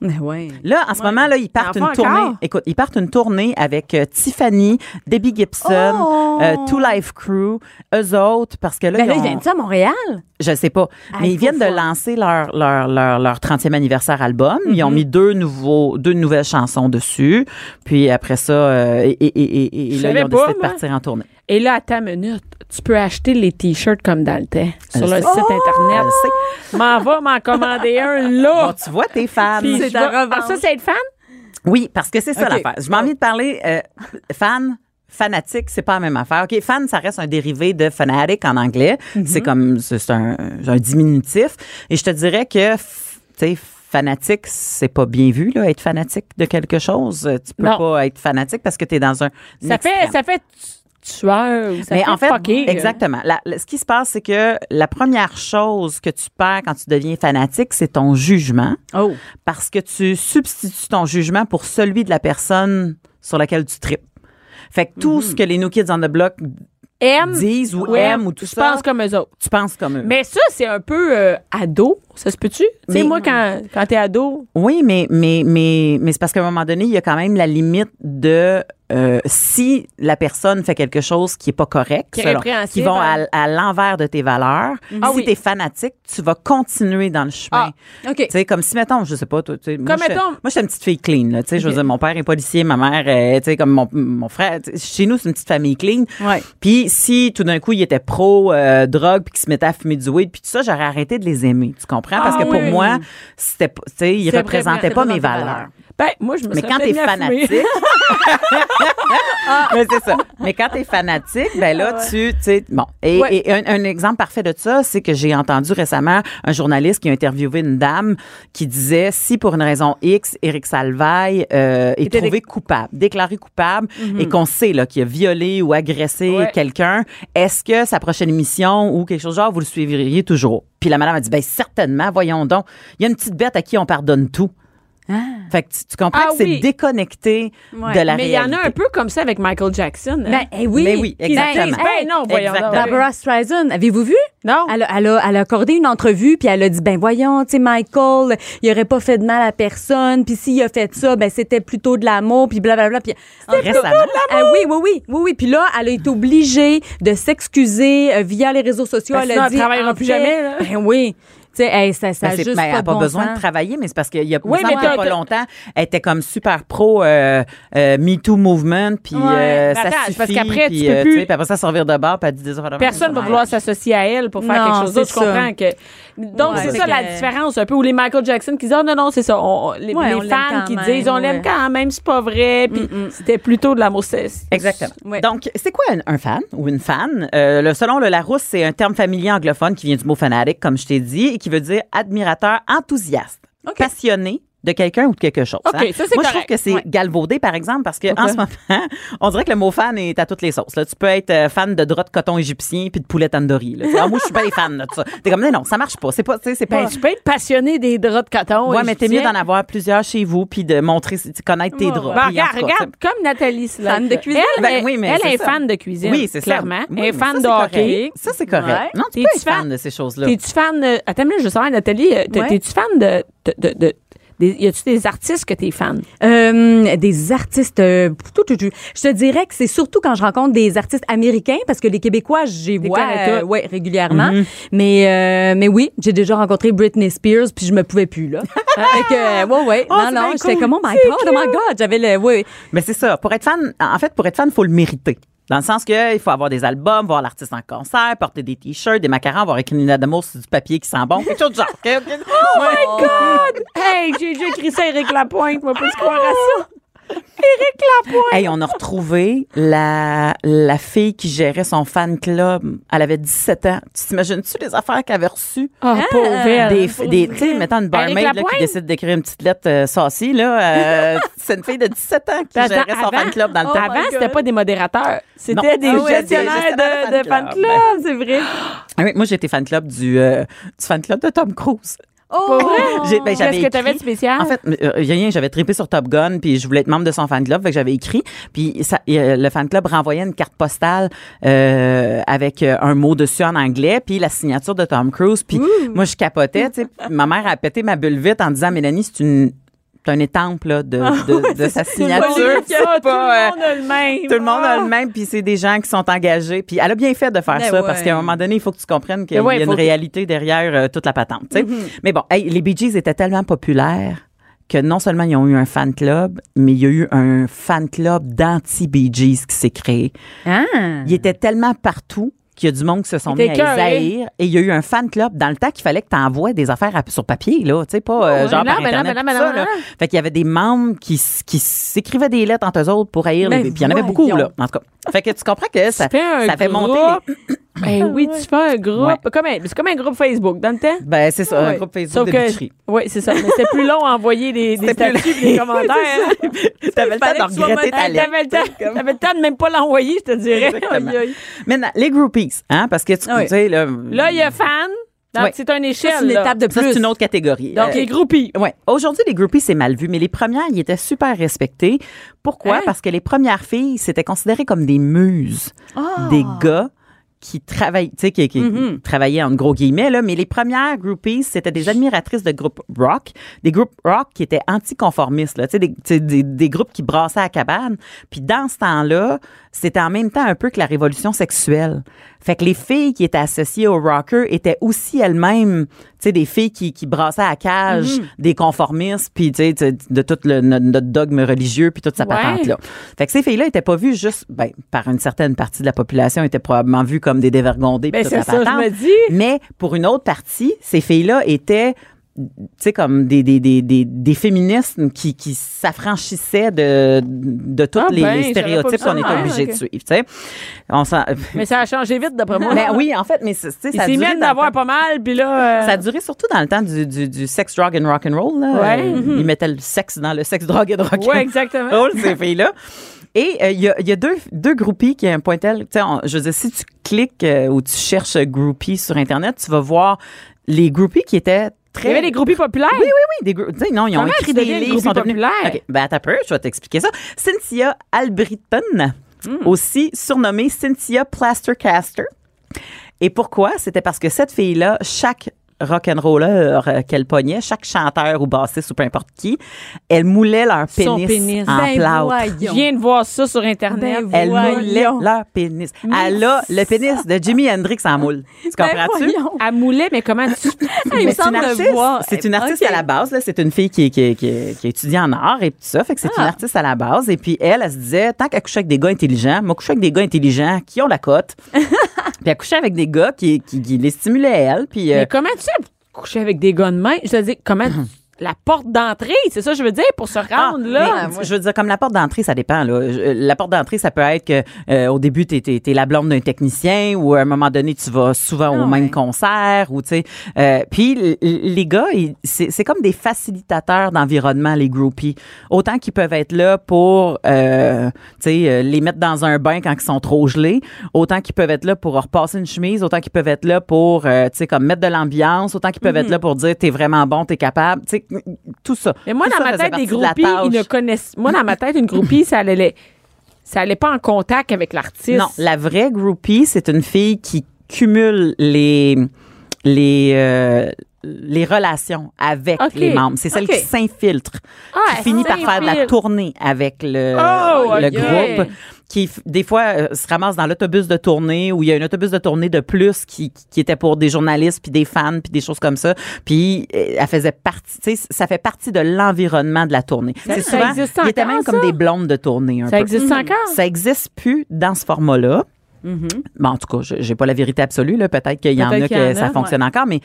S5: Mais ouais.
S4: Là, en ce moment, là, ils partent
S3: T'en
S4: une
S3: fais
S4: tournée.
S3: encore?
S4: Écoute, ils partent une tournée avec euh, Tiffany, Debbie Gibson,
S5: Oh!
S4: euh, Two Life Crew, eux autres, parce que là,
S5: Ben là,
S4: ils
S5: ils
S4: ont-
S5: viennent de ça à Montréal?
S4: Je sais pas.
S5: il
S4: mais ils
S5: faut
S4: viennent de
S5: voir.
S4: lancer leur, leur, leur, leur 30e anniversaire album. Ils
S3: Mm-hmm.
S4: ont mis deux, nouveaux, deux nouvelles chansons dessus. Puis après ça, euh, et, et, et, et- et
S3: Je
S4: là,
S3: savais
S4: ils ont
S3: pas,
S4: décidé de
S3: moi.
S4: partir en tournée.
S3: Et là, à ta minute, tu peux acheter les T-shirts comme dans le temps sur le
S4: Elle
S3: site Internet.
S4: Elle sait.
S3: M'en va m'en commander un là.
S4: Bon, tu vois, t'es fan.
S3: Puis
S5: c'est
S3: je
S5: ta
S3: vais-
S5: revanche.
S3: Ah, ça, c'est être fan?
S4: Oui, parce que c'est ça
S5: Ok.
S4: l'affaire. Je m'en envie de parler euh, fan. Fanatique, c'est pas la même affaire. OK, fan, ça reste un dérivé de fanatic en anglais.
S3: Mhm.
S4: C'est comme, c'est c'est un, un diminutif. Et je te dirais que, f- tu sais, fanatique, c'est pas bien vu, là, être fanatique de quelque chose. Euh, Tu peux
S3: Non.
S4: pas être fanatique parce que t'es dans un.
S3: Ça fait,
S4: extrême.
S3: ça fait tu- tueur. ou Ça
S4: Mais
S3: fait
S4: en fait,
S3: fucké, là.
S4: exactement. La- la- ce qui se passe, c'est que la première chose que tu perds quand tu deviens fanatique, c'est ton jugement
S5: Oh.
S4: parce que tu substitues ton jugement pour celui de la personne sur laquelle tu tripes. Fait que tout ce que les New Kids on the Block
S3: Aime,
S4: disent ou
S3: Mhm. ouais,
S4: aiment ou tout
S3: je
S4: ça,
S3: pense comme eux autres.
S4: tu penses comme eux.
S3: Mais ça, c'est un peu euh, ado. Ça se peut-tu? Tu sais,
S4: Mais-
S3: moi, quand, quand t'es ado,
S4: Oui, mais, mais, mais, mais c'est parce qu'à un moment donné, il y a quand même la limite de euh, si la personne fait quelque chose qui est pas correct,
S3: Qui est répréhensible,
S4: qui vont à,
S3: hein.
S4: à l'envers de tes valeurs,
S3: Ah
S4: si
S3: oui. Ah,
S4: t'es fanatique, tu vas continuer dans le chemin.
S5: OK.
S4: Tu sais, comme si, mettons, je sais pas, toi, tu sais, moi,
S3: Comme
S4: je,
S3: mettons-
S4: moi, j'étais une petite fille clean, là, tu sais, je veux dire, mon père est policier, ma mère, euh, tu sais, comme mon, mon frère, tu sais, chez nous, c'est une petite famille clean.
S5: Ouais.
S4: Puis si, tout d'un coup, il était pro euh, drogue, puis qu'il se mettait à fumer du weed, puis tout ça, j'aurais arrêté de les aimer, tu comprends? Parce
S3: Ah
S4: que pour
S3: oui.
S4: moi, c'était, pas- tu sais, ils
S3: C'est
S4: représentaient
S3: vraiment-
S4: pas
S5: c'est
S4: mes
S5: vraiment tes
S4: valeurs.
S5: valeurs.
S3: ben, moi, je me
S4: Mais
S3: serais
S4: quand
S3: peut-être mis
S4: t'es
S3: à fumer.
S4: fanatique, mais c'est ça. Mais quand t'es fanatique, ben là tu, tu sais, bon. Et,
S3: Ah Ouais.
S4: et un, un exemple parfait de ça, c'est que j'ai entendu récemment un journaliste qui a interviewé une dame qui disait si pour une raison X, Éric Salvaille euh, est
S3: Était Mhm.
S4: trouvé coupable, déclaré coupable, et qu'on sait là qu'il a violé ou agressé
S3: Ouais.
S4: quelqu'un, est-ce que sa prochaine émission ou quelque chose genre vous le suivriez toujours Puis la madame a dit ben certainement, voyons donc. Il y a une petite bête à qui on pardonne tout. Fait que tu, tu comprends
S3: Ah
S4: que c'est
S3: oui.
S4: déconnecté
S5: Ouais.
S4: de la
S3: Mais il y
S4: réalité.
S3: en a un peu comme ça avec Michael Jackson. hein.
S5: Ben, eh oui.
S4: Mais oui,
S3: Ils se disent,
S4: exactement.
S3: ben non, ben- voyons donc.
S4: Exactement.
S5: Barbara Streisand, avez-vous vu?
S3: Non.
S5: Elle a, elle a- elle a accordé une entrevue, puis elle a dit, ben voyons, tu sais, Michael, il aurait pas fait de mal à personne, puis s'il a fait ça, ben c'était plutôt de l'amour, puis blablabla. Puis
S4: Récemment.
S5: Ah oui, oui, oui, oui, oui. Puis là, elle a été obligée de s'excuser euh, via les réseaux sociaux.
S3: Parce que
S5: elle
S3: sinon,
S5: a
S3: elle
S5: dit,
S3: travaillera
S5: en
S3: plus
S5: fait,
S3: jamais, là.
S5: Ben oui. Tu sais, hey, ça, ça
S4: Ben,
S5: a
S4: c'est-
S5: juste
S4: ben, elle
S5: pas,
S4: n'a
S5: de
S4: pas
S5: bon
S4: besoin
S5: sens.
S4: de travailler, mais c'est parce qu'il y a, il me
S3: Oui,
S4: semble
S3: mais
S4: qu'il y a
S3: t'as-
S4: pas
S3: t'as-
S4: longtemps, elle était comme super pro euh, euh, Me Too Movement, puis
S3: Ouais,
S4: euh,
S3: mais
S4: ça
S3: attends, c'est
S4: suffit.
S3: parce qu'après,
S4: puis,
S3: tu peux
S4: euh,
S3: plus-
S4: sais, puis après ça, servir de bord, puis elle dit des affaires de-
S3: Personne va vouloir s'associer à elle pour faire
S5: Non,
S3: quelque chose d'autre. Je
S5: c'est ça.
S3: comprends que. Donc,
S5: Ouais,
S3: c'est
S5: fait
S3: ça
S5: que-
S3: la différence un peu. Ou les Michael Jackson qui disent, oh, non, non, c'est ça. on- les
S5: Ouais,
S3: les
S5: on l'aime
S3: fans
S5: quand
S3: qui
S5: même,
S3: disent, on l'aime
S5: ouais.
S3: quand même, c'est pas vrai. Puis c'était plutôt de l'amour. c'est- c'est-
S4: Mm, Exactement.
S5: Ouais.
S4: Donc, c'est quoi un, un fan ou une fan? Euh, le, selon le Larousse, c'est un terme familier anglophone qui vient du mot fanatic, comme je t'ai dit, et qui veut dire admirateur, enthousiaste, passionné de quelqu'un ou de quelque chose. hein?
S3: OK, ça, c'est
S4: Moi, je trouve
S3: correct.
S4: que c'est
S3: Ouais.
S4: galvaudé, par exemple, parce que en ce moment, on dirait que le mot fan est à toutes les sauces. Là. Tu peux être euh, fan de drap de coton égyptien puis de poulet tandoori. Là. Ah, moi, je suis pas les fans de ça. T'es comme, non, non, ça marche pas. C'est pas, tu sais, c'est pas...
S3: Ben, tu peux être passionné des draps de coton.
S4: Ouais,
S3: et
S4: mais
S3: je
S4: t'es mieux
S3: tiens-
S4: d'en avoir plusieurs chez vous puis de montrer, de connaître tes
S3: Ouais,
S4: draps.
S3: ouais.
S4: Puis, en
S3: regarde,
S4: tout cas,
S3: Ben, regarde, comme Nathalie Slade.
S5: Fan de cuisine.
S3: Elle,
S4: Ben
S3: est-
S4: oui, mais
S3: elle
S4: c'est
S3: est
S4: ça.
S3: fan de cuisine.
S4: Oui, c'est ça.
S3: Clairement.
S4: Oui,
S3: elle est
S4: mais
S3: fan de
S4: ça, c'est
S3: hockey.
S4: correct. Ça, c'est correct.
S5: Ouais.
S4: Non, tu peux
S3: T'es-tu
S4: être fan
S3: fan-
S4: de ces choses-là.
S3: T'es-tu fan. euh, Attends, mais je veux savoir, Nathalie, euh, t'es-
S5: Ouais.
S3: t'es-tu fan de. de, de, de- des- y a-tu des artistes que t'es fan?
S5: Euh, des artistes. euh, tout, tout, tout. Je te dirais que c'est surtout quand je rencontre des artistes américains parce que les Québécois, j'y vois
S3: connais,
S5: euh,
S3: toi.
S5: ouais, régulièrement. Mais euh, mais oui, j'ai déjà rencontré Britney Spears puis je me pouvais plus là. fait que euh, ouais ouais,
S4: Oh,
S5: non
S4: c'est
S5: non,
S4: bien
S5: j'étais
S4: cool.
S5: comme oh my
S4: C'est
S5: god, oh my god, j'avais le ouais.
S4: Mais c'est ça. Pour être fan, en fait, pour être fan, il faut le mériter. Dans le sens que il faut avoir des albums, voir l'artiste en concert, porter des t-shirts, des macarons, avoir écrit une lettre d'amour sur du papier qui sent bon, quelque chose de genre. OK, OK.
S3: Oh,
S4: Ouais.
S3: God! Hey, j'ai j'ai écrit ça à Éric Lapointe, moi, plus croire à ça. Éric Lapointe!
S4: Hey, on a retrouvé la, la fille qui gérait son fan club. Elle avait 17 ans. Tu t'imagines-tu les affaires qu'elle avait reçues?
S3: Oh, pauvre elle.
S4: des, des tu sais, mettons une barmaid là, qui
S3: Lapointe?
S4: décide d'écrire une petite lettre euh, saucy, là. euh, c'est une fille de 17 ans qui
S3: Attends,
S4: gérait son
S3: avant-
S4: fan club dans le
S3: Oh
S4: temps.
S3: Avant, c'était pas des modérateurs. C'était
S4: Non.
S3: des
S4: Ah ouais,
S3: gestionnaires
S4: des
S3: de, de fan
S4: gestionnaires de fan
S3: club, c'est vrai.
S4: Ah oui, moi, j'étais fan club du, euh, du fan club de Tom Cruise.
S5: Oh,
S4: J'ai- ben, j'avais
S3: Qu'est-ce que t'avais de
S4: écrit-
S3: spécial?
S4: En fait, euh, rien, j'avais trippé sur Top Gun, puis je voulais être membre de son fan club, fait que j'avais écrit. Puis ça, et, euh, le fan club renvoyait une carte postale euh, avec euh, un mot dessus en anglais, puis la signature de Tom Cruise. Puis moi, je capotais. tu sais. Puis ma mère a pété ma bulle vite en disant, Mélanie, c'est une c'est un étampe là, de, de, de sa signature.
S3: Tout le
S4: C'est pas, euh,
S3: monde a le même.
S4: tout le monde
S3: Ah!
S4: a le même, puis c'est des gens qui sont engagés. Puis elle a bien fait de faire
S5: Mais
S4: ça,
S5: ouais.
S4: parce qu'à un moment donné, il faut que tu comprennes qu'il
S3: Mais Ben ouais,
S4: y a une
S3: faut que- Mm-hmm.
S4: réalité derrière euh, toute la patente. tu sais. Mais bon, hey, les Bee Gees étaient tellement populaires que non seulement ils ont eu un fan club, mais il y a eu un fan club d'anti-Bee Gees qui s'est créé.
S5: Ah.
S4: Ils étaient tellement partout qu'il y a du monde qui se sont
S3: Ils
S4: mis
S3: étaient
S4: à
S3: écœurés.
S4: les haïr. Et il y a eu un fan club dans le temps qu'il fallait que tu envoies des affaires à- sur papier, là. Tu sais, pas euh,
S3: Ouais,
S4: genre
S3: là,
S4: par
S3: ben là,
S4: Internet,
S3: ben là,
S4: tout
S3: ben
S4: ça,
S3: là,
S4: là.
S3: ben
S4: Fait qu'il y avait des membres qui, s- qui s'écrivaient des lettres entre eux autres pour haïr les
S5: Mais
S4: Bee- Puis il y en avait
S5: voyons.
S4: beaucoup, là. En tout cas. Fait que tu comprends que ça,
S3: Ben Tu fais un
S4: ça fait monter les-
S3: groupe. Ben oui, tu fais un groupe. Comme un- c'est comme un groupe Facebook dans le temps.
S4: Ben, c'est ça, un
S3: Ah Ouais.
S4: groupe Facebook
S3: Sauf
S4: de
S3: que-
S4: boucherie.
S3: Oui, c'est ça. Mais c'était plus long à envoyer des, des
S4: C'était plus
S3: statuts et des commentaires. hein.
S4: T'avais le temps de regretter ta lettre.
S3: T'avais le temps- t'avais le temps de même pas l'envoyer, je te dirais.
S4: Exactement.
S3: Aïe, aïe.
S4: Maintenant, les groupies, hein, parce que tu
S5: Ah oui.
S4: tu sais, là,
S3: Là, il y a fan. Donc,
S4: Ouais.
S3: C'est une échelle.
S5: Ça, c'est une
S3: là.
S5: étape de
S4: ça,
S5: plus.
S4: c'est une autre catégorie.
S3: Donc,
S4: Euh,
S3: les groupies.
S4: Ouais. Aujourd'hui, les groupies, c'est mal vu, mais les premières, ils étaient super respectés. Pourquoi?
S3: Hein?
S4: Parce que les premières filles, c'était considéré comme des muses, des gars qui travaillaient, tu sais, qui, qui travaillaient en gros guillemets, là, mais les premières groupies, c'était des admiratrices de groupes rock, des groupes rock qui étaient anticonformistes, là, tu sais, des, tu sais, des, des groupes qui brassaient à cabane. Puis dans ce temps-là, c'était en même temps un peu que la révolution sexuelle. Fait que les filles qui étaient associées aux rockers étaient aussi elles-mêmes, tu sais, des filles qui, qui brassaient à cage, des conformistes, puis tu sais, tu sais, de tout le, notre, notre dogme religieux, puis toute sa
S3: Ouais.
S4: patente-là. Fait que ces filles-là étaient pas vues juste, ben, par une certaine partie de la population, étaient probablement vues comme des dévergondés,
S3: Ben,
S4: puis toute
S3: c'est
S4: la
S3: ça, je
S4: patente.
S3: me dis.
S4: Mais pour une autre partie, ces filles-là étaient tu sais comme des des, des, des, des féministes qui, qui s'affranchissaient de de tous
S3: Ah
S4: les,
S3: ben, j'avais
S4: les
S3: pas vu
S4: stéréotypes
S3: ça.
S4: qu'on
S3: Ah,
S4: était obligé
S3: ok.
S4: de suivre tu sais on s'en-
S3: Mais ça a changé vite, d'après moi.
S4: ben oui, en fait, mais c'est- tu sais,
S3: Il
S4: ça a
S3: s'est mis
S4: duré
S3: à en
S4: dans le
S3: avoir
S4: temps-
S3: pas mal, puis là... euh,
S4: Ça a duré surtout dans le temps du, du, du sex, drug and rock and roll. Là.
S3: Ouais. Mm-hmm.
S4: Euh, Ils mettaient le sexe dans le sex, drug and rock
S3: Ouais,
S4: and
S3: exactement.
S4: roll, ces filles-là. Et euh, il y, a, il y a deux, deux groupies qui ont un point tel. tu sais, on- Je veux dire, si tu cliques euh, ou tu cherches groupie sur Internet, tu vas voir les groupies qui étaient
S3: Il
S4: très.
S3: y avait des groupies populaires.
S4: Oui, oui, oui. Des grou- tu sais, non, ils ont
S3: Comment
S4: écrit
S3: tu
S4: des
S3: deviens
S4: livres.
S3: une
S4: ils sont
S3: groupie
S4: devenus-
S3: populaire?
S4: OK, ben, attends un peu, je vais t'expliquer ça. Cynthia Albritton,
S3: Hmm.
S4: aussi surnommée Cynthia Plastercaster. Et pourquoi? C'était parce que cette fille-là, chaque rock'n'roller euh, qu'elle pognait, chaque chanteur ou bassiste ou peu importe qui, elle moulait leur
S3: Son
S4: Ah, pénis,
S3: pénis.
S4: en
S5: Ben
S4: plâtre.
S3: Je
S5: voyons.
S3: viens de voir ça sur Internet.
S5: Ben
S4: Elle moulait
S5: voyons.
S4: leur pénis. Elle a le pénis de Jimi Hendrix en moule. Tu
S5: Ben
S4: comprends-tu?
S5: voyons.
S3: Elle moulait, mais comment tu...
S5: Il me
S4: Mais c'est une
S5: semble
S4: artiste,
S5: le voir.
S4: c'est une artiste
S5: Ok.
S4: à la base. là. C'est une fille qui, est- qui, est- qui, est- qui étudie en art et tout ça. Fait que c'est
S5: Ah.
S4: une artiste à la base. Et puis elle, elle se disait, tant qu'à coucher avec des gars intelligents, moi coucher avec des gars intelligents qui ont la cote. puis elle couchait avec des gars qui, qui, qui les stimulaient elle. Puis euh,
S3: Mais comment tu sais coucher avec des gars de main? Je veux dire, comment... tu- La porte d'entrée, c'est ça que je veux dire, pour se
S4: Ah,
S3: rendre là.
S4: mais, je veux dire, comme la porte d'entrée, ça dépend. Là. Je- La porte d'entrée, ça peut être que euh, au début, tu es, la blonde d'un technicien ou à un moment donné, tu vas souvent au même concert. Ou, tu sais, euh, puis l- les gars, ils- c'est c'est comme des facilitateurs d'environnement, les groupies. Autant qu'ils peuvent être là pour euh, tu sais, euh, les mettre dans un bain quand ils sont trop gelés, autant qu'ils peuvent être là pour repasser une chemise, autant qu'ils peuvent être là pour euh, tu sais, comme mettre de l'ambiance, autant qu'ils peuvent être là pour dire t'es vraiment bon, t'es capable. Tu sais, Tout ça.
S3: Mais moi,
S4: Tout
S3: dans
S4: ça
S3: ma
S4: faisait
S3: tête, des
S4: partie de la
S3: groupies, ils
S4: tâche.
S3: ne connaissent. Moi, dans ma tête, une groupie, ça allait, ça allait pas en contact avec l'artiste.
S4: Non, la vraie groupie, c'est une fille qui cumule les les euh, les relations avec
S3: Ok.
S4: les membres. C'est celle
S3: Ok.
S4: qui s'infiltre,
S3: Ah,
S4: qui finit par faire de la
S3: s'infiltre.
S4: tournée avec le,
S3: Oh,
S4: le
S3: ok.
S4: groupe, qui f- des fois euh, se ramasse dans l'autobus de tournée où il y a un autobus de tournée de plus qui, qui était pour des journalistes puis des fans puis des choses comme ça. Puis euh, elle faisait partie, tu sais, ça fait partie de l'environnement de la tournée.
S3: Ça-
S4: C'est
S3: ça
S4: souvent,
S3: existe
S4: il était
S3: encore,
S4: même comme
S3: ça?
S4: des blondes de tournée. Un
S3: Ça
S4: peu. Mm.
S3: existe encore?
S4: Ça existe plus dans ce format-là. Bon, en tout cas, je- j'ai pas la vérité absolue. Là. Peut-être qu'il y en
S3: Mm-hmm. Peut-être
S4: a
S3: qu'il
S4: que
S3: y en a,
S4: ça
S3: ouais.
S4: fonctionne encore, mais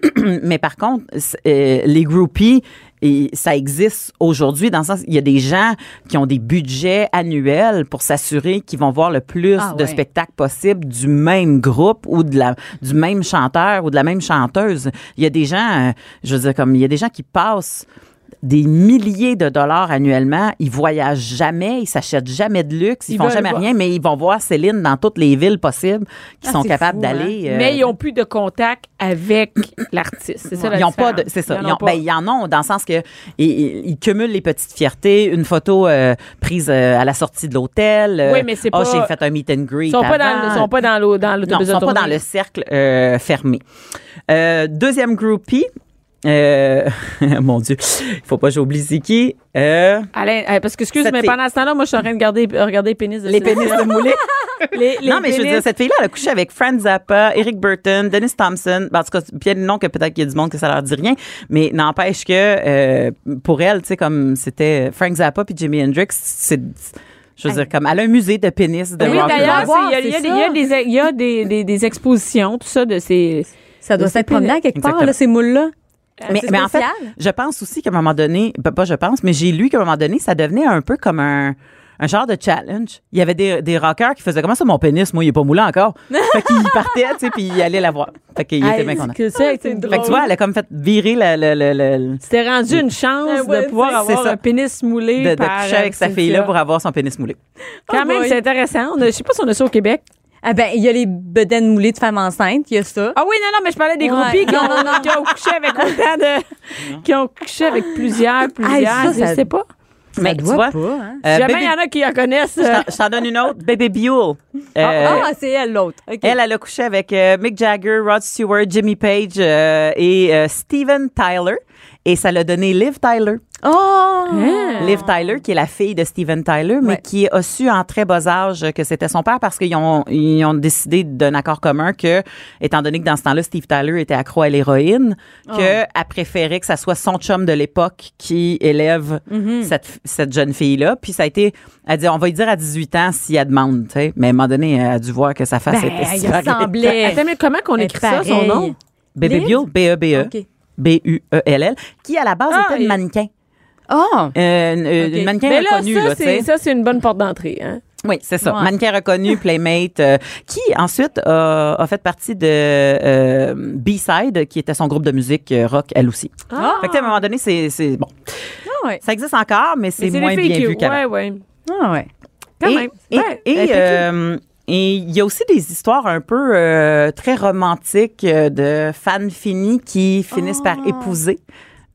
S4: mais par contre, c'est- euh, les groupies, et ça existe aujourd'hui dans le sens, il y a des gens qui ont des budgets annuels pour s'assurer qu'ils vont voir le plus
S5: Ah
S4: de
S5: ouais.
S4: spectacles possible du même groupe ou de la du même chanteur ou de la même chanteuse. Il y a des gens, euh, je veux dire comme il y a des gens qui passent des milliers de dollars annuellement, ils voyagent jamais, ils s'achètent jamais de luxe, ils,
S3: Ils
S4: font
S3: veulent
S4: jamais
S3: voir-
S4: rien, mais ils vont voir Céline dans toutes les villes possibles qui
S5: Ah,
S4: sont
S5: c'est
S4: capables
S5: fou, hein.
S4: d'aller. euh,
S3: Mais ils ont plus de contact avec l'artiste. C'est ça la
S4: ils ont pas
S3: différence.
S4: de, c'est ça.
S3: Ils en
S4: Ils,
S3: ont
S4: ont-
S3: pas.
S4: ben, ils en ont dans le sens que ils, ils- ils cumulent les petites fiertés, une photo euh, prise euh, à la sortie de l'hôtel. euh,
S3: Oui, mais c'est pas-
S4: Ah, j'ai fait un meet and greet.
S3: Ils sont pas dans,
S4: avant.
S3: le- sont pas dans l'au- dans
S4: Non,
S3: l'autobus
S4: ils
S3: de
S4: sont pas
S3: tournée.
S4: dans le cercle euh, fermé. Euh, deuxième groupie. euh, mon Dieu, il faut pas que j'oublie c'est qui. Euh,
S3: Alain, euh, parce que excuse,
S4: Cette
S3: mais
S4: fille.
S3: pendant ce temps-là, moi, je suis en train de garder, regarder les pénis. De
S4: les
S3: Céline.
S4: pénis de moulé.
S3: Les, les
S4: non, mais je veux
S3: pénis.
S4: dire, cette fille-là, elle a couché avec Frank Zappa, Eric Burton, Dennis Thompson. Ben, en tout cas, bien le nom que peut-être qu'il y a du monde que ça leur dit rien, mais n'empêche que euh, pour elle, tu sais, comme c'était Frank Zappa puis Jimi Hendrix, c'est. Je veux dire, comme elle a un musée de pénis de
S3: Ben Oui,
S4: rock and
S3: d'ailleurs,
S4: roll.
S3: c'est- il y a- il y a- il y a des- il y a des- des des expositions, tout ça, de ces.
S5: Ça doit
S3: Je sais
S5: s'être
S3: plus,
S5: promené à quelque part,
S4: Exactement.
S5: là, ces moules-là.
S4: mais,
S5: c'est
S4: mais en fait,
S5: spécial.
S4: je pense aussi qu'à un moment donné, ben, pas je pense, mais j'ai lu qu'à un moment donné, ça devenait un peu comme un, un genre de challenge. Il y avait des, des rockers qui faisaient comment ça, mon pénis, moi, il est pas moulé encore. fait qu'ils partaient, tu sais, puis ils allaient la voir. Fait qu'ils étaient bien contents.
S3: que c'est c'est
S4: Fait que tu vois, elle a comme fait virer le, le, le- le- le-
S3: Tu t'es rendu une chance
S5: Eh ouais,
S3: de pouvoir
S4: c'est
S3: avoir
S4: ça.
S3: un pénis moulé.
S4: de, de
S3: par,
S4: coucher avec
S3: euh,
S4: sa
S3: Cynthia.
S4: fille-là pour avoir son pénis moulé.
S3: Quand
S5: Oh
S3: même,
S5: boy.
S3: c'est intéressant. On a- je sais pas si on a ça au Québec.
S5: Ah ben, il y a les bedaines moulées de femmes enceintes, il y a ça.
S3: Ah oui, non, non, mais je parlais des
S5: Ouais.
S3: groupies qui,
S5: Non,
S3: ont,
S5: non, non.
S4: Mm-hmm.
S3: Ah, qui ont couché avec autant de. qui ont couché avec plusieurs, plusieurs.
S5: ça,
S3: je
S5: ça-
S3: sais pas.
S4: Mais tu
S5: doit
S4: vois,
S5: pas, hein?
S4: euh,
S3: Si jamais
S4: Baby-
S3: il y en a qui en connaissent.
S4: je
S3: euh,
S4: t'en- je t'en donne une autre. Baby Buell. Euh,
S5: ah, c'est elle, l'autre. OK.
S4: Elle, elle a couché avec euh, Mick Jagger, Rod Stewart, Jimmy Page euh, et euh, Steven Tyler. Et ça l'a donné Liv Tyler.
S5: Oh!
S4: Liv Tyler, qui est la fille de Steven Tyler, mais
S5: Ouais.
S4: qui a su en très bas âge que c'était son père parce qu'ils ont, ils ont décidé d'un accord commun que, étant donné que dans ce temps-là, Steve Tyler était accro à l'héroïne,
S5: Ah.
S4: que qu'elle préférait que ça soit son chum de l'époque qui élève
S5: Mhm.
S4: cette, cette jeune fille-là. Puis ça a été, elle dit, on va lui dire à 18 ans si elle demande, tu sais. Mais à un moment donné, elle a dû voir que sa face
S5: Ben,
S4: était si
S5: il
S4: variée.
S5: ressemblait.
S3: Attends, mais comment qu'on
S5: Elle
S3: écrit ça, son
S5: pareille.
S3: nom?
S4: Bébé E
S5: Liv?
S4: Buell, B-E-B-E.
S5: OK.
S4: B-U-E-L-L, E qui à la base
S3: Ah,
S4: était
S3: et-
S4: une mannequin.
S5: Oh!
S4: Euh, une- une,
S5: OK. Ben
S4: mannequin
S3: Mais là,
S4: reconnue,
S3: ça,
S4: là, tu
S3: c'est-
S4: sais.
S3: ça, c'est une bonne porte d'entrée. Hein?
S4: Oui, c'est ça.
S5: Ouais.
S4: Mannequin reconnu, Playmate, euh, qui ensuite a, a fait partie de euh, B-Side, qui était son groupe de musique euh, rock, elle aussi.
S3: Ah.
S4: Fait que, tu sais, à un moment donné, c'est c'est- bon.
S5: Ah ouais.
S4: Ça existe encore, mais c'est
S3: Mais
S4: moins
S3: des filles
S4: bien
S3: cute.
S4: vu qu'avant.
S3: Ouais, ouais.
S5: Ah ouais.
S3: Quand
S4: Et-
S3: même.
S4: Et
S3: Ouais,
S4: et,
S3: elle était
S4: euh, et il y a aussi des histoires un peu euh, très romantiques euh, de fans finis qui finissent par épouser.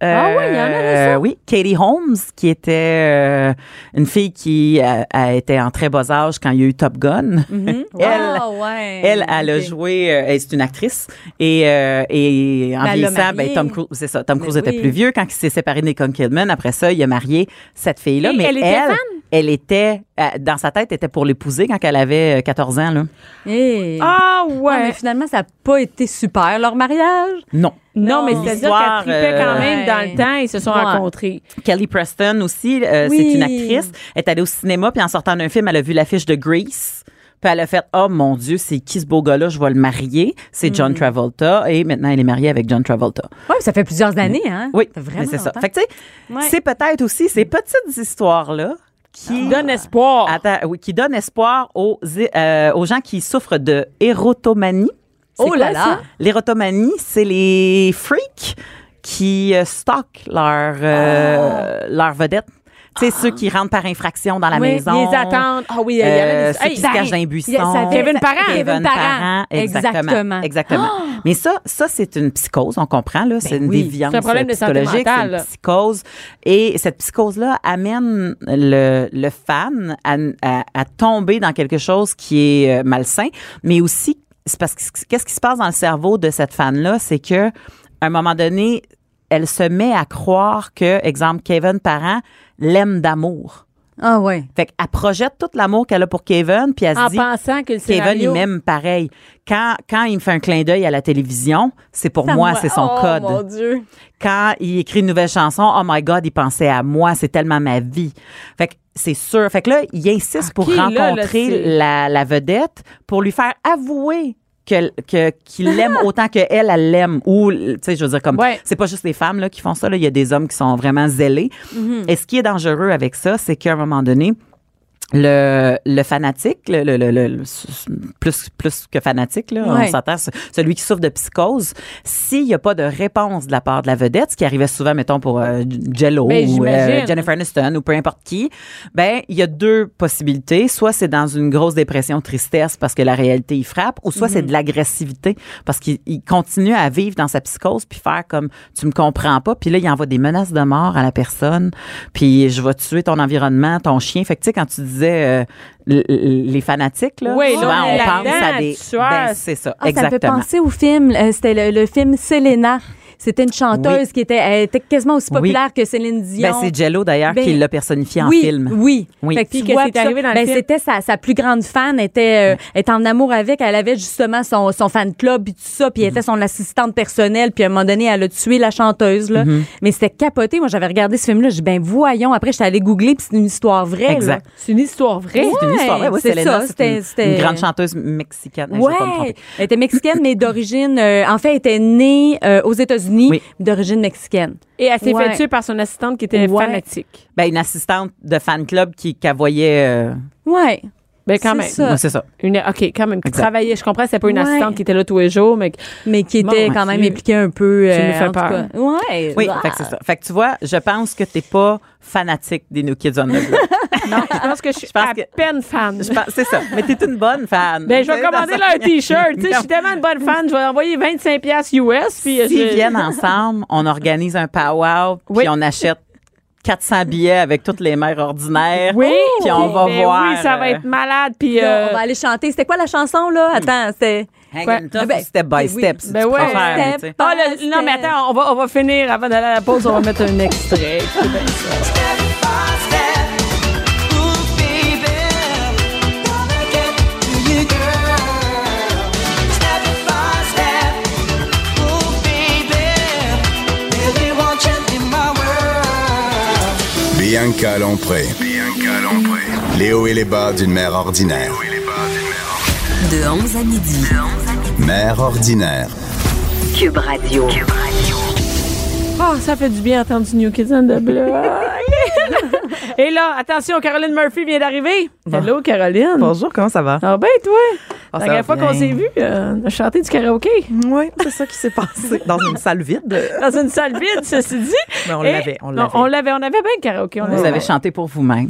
S3: Ah oui, il y en a de ça.
S4: Euh, oui, Katie Holmes, qui était euh, une fille qui a, a été en très bas âge quand il y a eu Top Gun. Elle,
S5: Ah ouais.
S4: elle, elle a
S5: Ok.
S4: joué, euh, elle, c'est une actrice. Et, euh, et en
S5: Mais elle l'a
S4: vieillissant, ben,
S5: marié.
S4: Tom Cruise, c'est ça, Tom
S5: Mais
S4: Cruise était
S5: oui.
S4: plus vieux quand il s'est séparé de Nicole Kidman. Après ça, il a marié cette fille-là.
S3: Et
S4: Mais
S3: elle
S4: elle,
S3: était fan?
S4: elle était, euh, dans sa tête, était pour l'épouser quand elle avait euh, 14 ans, là.
S5: Hey.
S3: Ah
S5: Ah,
S3: ouais.
S5: mais finalement, ça n'a pas été super, leur mariage.
S4: Non.
S3: non, mais
S5: non.
S3: c'est-à-dire
S4: L'histoire,
S3: qu'elle tripait quand
S4: euh,
S3: même dans le
S5: ouais.
S3: temps. Ils se sont
S5: Ouais.
S3: rencontrés.
S4: Kelly Preston aussi, euh,
S5: Oui.
S4: c'est une actrice. Elle est allée au cinéma, puis en sortant d'un film, elle a vu l'affiche de Grease. Puis elle a fait Oh mon Dieu, c'est qui ce beau gars-là? Je vais le marier. C'est
S5: Mm.
S4: John Travolta. Et maintenant, elle est mariée avec John Travolta.
S5: Oui, ça fait plusieurs années, hein?
S4: Oui,
S5: Ça fait
S4: mais
S5: vraiment
S4: c'est ça.
S5: longtemps.
S4: Fait que, tu sais,
S5: Ouais.
S4: c'est peut-être aussi ces petites histoires-là qui,
S3: Donne espoir.
S4: Attends, oui, qui donnent espoir aux, euh, aux gens qui souffrent de érotomanie. C'est
S5: Oh là
S4: quoi,
S5: là!
S4: ça? L'érotomanie, c'est les freaks qui euh, stockent leur, euh, leur vedette. Tu sais, ceux qui rentrent par infraction dans la
S3: Oui,
S4: maison.
S3: Les attentes. Ah oui, il y en
S4: Euh,
S3: a
S4: ceux qui se cachent dans les buissons.
S5: ça fait-
S3: Kevin Parent. Ah!
S5: Kevin
S4: Kevin Parent,
S5: Exactement.
S4: exactement. Exactement. Mais ça, ça c'est une psychose, on comprend là, c'est une
S5: oui.
S4: déviance
S3: Ben C'est un problème de santé
S4: psychologique,
S3: mentale,
S4: c'est
S3: là.
S4: une psychose, et cette psychose là amène le, le fan à, à- à tomber dans quelque chose qui est euh, malsain, mais aussi c'est parce que c- qu'est-ce qui se passe dans le cerveau de cette fan là, c'est que à un moment donné, elle se met à croire que, exemple, Kevin Parent l'aime d'amour.
S5: Ah ouais.
S4: Fait qu'elle projette tout l'amour qu'elle a pour Kevin, puis elle se
S3: En
S4: dit
S3: pensant que le
S4: Kevin, il
S3: scénario...
S4: m'aime pareil. Quand, quand il me fait un clin d'œil à la télévision, c'est pour
S3: Ah,
S5: Ça
S4: moi,
S5: me-
S4: c'est son
S5: oh,
S4: code.
S5: mon Dieu.
S4: Quand il écrit une nouvelle chanson, oh my God, il pensait à moi, c'est tellement ma vie. Fait que c'est sûr. Fait que là, il insiste pour
S3: là, là,
S4: rencontrer
S3: c'est-
S4: la, la vedette pour lui faire avouer que que- qu'il l'aime autant que elle elle l'aime ou tu sais je veux dire comme
S3: Ouais.
S4: c'est pas juste les femmes là qui font ça là, il y a des hommes qui sont vraiment zélés.
S3: Mhm.
S4: Et ce qui est dangereux avec ça, c'est qu'à un moment donné, le, le fanatique, le, le- le- le- le- plus, plus que fanatique, là,
S5: Ouais.
S4: on s'entend, ce- celui qui souffre de psychose, s'il n'y a pas de réponse de la part de la vedette, ce qui arrivait souvent, mettons, pour euh, Jello
S3: Ben,
S4: ou euh,
S3: j'imagine.
S4: Jennifer Aniston ou peu importe qui, ben il y a deux possibilités. Soit c'est dans une grosse dépression, tristesse parce que la réalité y frappe, ou soit c'est de l'agressivité parce qu'il il continue à vivre dans sa psychose puis faire comme tu me comprends pas, puis là il envoie des menaces de mort à la personne, puis je vais tuer ton environnement, ton chien. Fait que tu sais quand tu disais euh, l- l- les fanatiques là,
S3: Oui,
S4: souvent
S3: là,
S4: on
S3: là-dedans,
S4: pense à des
S3: tu vois.
S4: ben, c'est ça,
S5: Ah, ça me fait
S4: exactement.
S5: penser au film, euh, c'était le, le film Selena. C'était une chanteuse qui était, elle était quasiment aussi
S4: Oui.
S5: populaire que Céline Dion.
S4: Ben, c'est Jello d'ailleurs
S5: Ben,
S4: qui l'a personnifié en
S5: oui,
S4: film.
S5: Oui,
S4: Oui.
S5: Fait que
S3: Puis
S5: tu
S3: qu'est-ce
S5: vois
S3: qui est
S5: ça.
S3: arrivé dans le
S5: Ben,
S3: film?
S5: C'était sa, sa plus grande fan, était, euh, était en amour avec. Elle avait justement son, son fan club puis tout ça, puis elle
S4: Mhm.
S5: était son assistante personnelle. Puis à un moment donné, elle a tué la chanteuse là.
S4: Mhm.
S5: Mais c'était capoté. Moi, j'avais regardé ce film-là. J'ai dit, ben voyons. Après, j'étais allée googler, puis c'est une histoire vraie. là.
S4: Exact.
S3: C'est une histoire vraie.
S4: Eh, C'est une histoire. Ouais, ouais,
S5: c'est
S4: Selena,
S5: ça,
S4: c'est une-
S5: c'était-
S4: une, grande chanteuse mexicaine. hein, Ben, Je vais pas me
S5: Ouais,
S4: tromper.
S5: elle était mexicaine, mais d'origine. euh, en fait, elle était née euh, aux États-Unis,
S4: Oui.
S5: d'origine mexicaine.
S3: Et elle s'est
S5: Ouais.
S3: fait tuer par son assistante qui était
S5: Ouais.
S3: fanatique.
S4: Ben, une assistante de fan club qui qu'elle voyait. euh,
S5: Ouais.
S3: Ben quand
S5: C'est
S3: même.
S5: ça.
S4: ouais, c'est ça.
S3: Une, OK, quand même, qui
S4: Exact.
S3: travaillait. Je comprends, c'était pas une
S5: Ouais.
S3: assistante qui était là tous les jours, mais
S5: mais qui était
S3: Mon
S5: quand même
S3: Dieu.
S5: impliqué un peu. euh,
S3: Tu nous fais
S5: en tout
S3: peur.
S5: cas. Ouais.
S4: Oui,
S5: Ah.
S4: fait que c'est ça. Fait que tu vois, je pense que t'es pas fanatique des New Kids on the Block.
S3: non, je pense que je suis
S4: pense
S3: à
S4: que-
S3: peine fan.
S4: Je pense- c'est ça. Mais t'es une bonne fan.
S3: Ben, je vais
S4: Dans
S3: commander
S4: ça-
S3: leur T-shirt. Tu sais, je suis
S4: Non.
S3: tellement une bonne fan, je vais leur envoyer 25$ piastres US. Puis euh,
S4: S'ils
S3: je-
S4: viennent ensemble, on organise un powwow, puis
S3: Oui.
S4: on achète 400 billets avec toutes les mères ordinaires.
S3: Oui,
S4: Puis on va
S3: mais
S4: voir. euh,
S3: Oui, ça va être malade. Puis, euh,
S5: On va aller chanter. C'était quoi la chanson, là?
S4: Hmm.
S5: Attends, c'était.
S3: quoi?
S4: Hang
S5: Ah ben,
S4: step by
S5: oui.
S4: step. si
S3: Ben
S4: tu
S3: ouais.
S4: préfères,
S5: Step.
S4: tu sais.
S3: ah, le- non, mais attends, on va, on va finir avant d'aller à la pause. On va mettre un extrait.
S2: Bianca Lompré. Les hauts et les bas d'une mère ordinaire.
S1: De 11 à midi.
S2: Mère ordinaire.
S1: Cube Radio.
S3: Oh, ça fait du bien d'entendre du New Kids on the Block. Et là, attention, Caroline Murphy vient d'arriver. Hello, Caroline.
S4: Bonjour, comment ça va?
S3: Ah ben, toi,
S4: Ah,
S3: la
S4: ça
S3: dernière
S4: va
S3: fois qu'on
S4: bien.
S3: s'est vu, euh, on a chanté du karaoké
S4: Oui, c'est ça qui s'est passé. Dans une salle vide.
S3: dans une salle vide, ceci dit.
S4: Mais on
S3: Et-
S4: l'avait, on
S3: non,
S4: l'avait.
S3: On l'avait, on avait bien le karaoké. on
S4: Vous
S3: l'avait.
S4: avez chanté pour vous-même.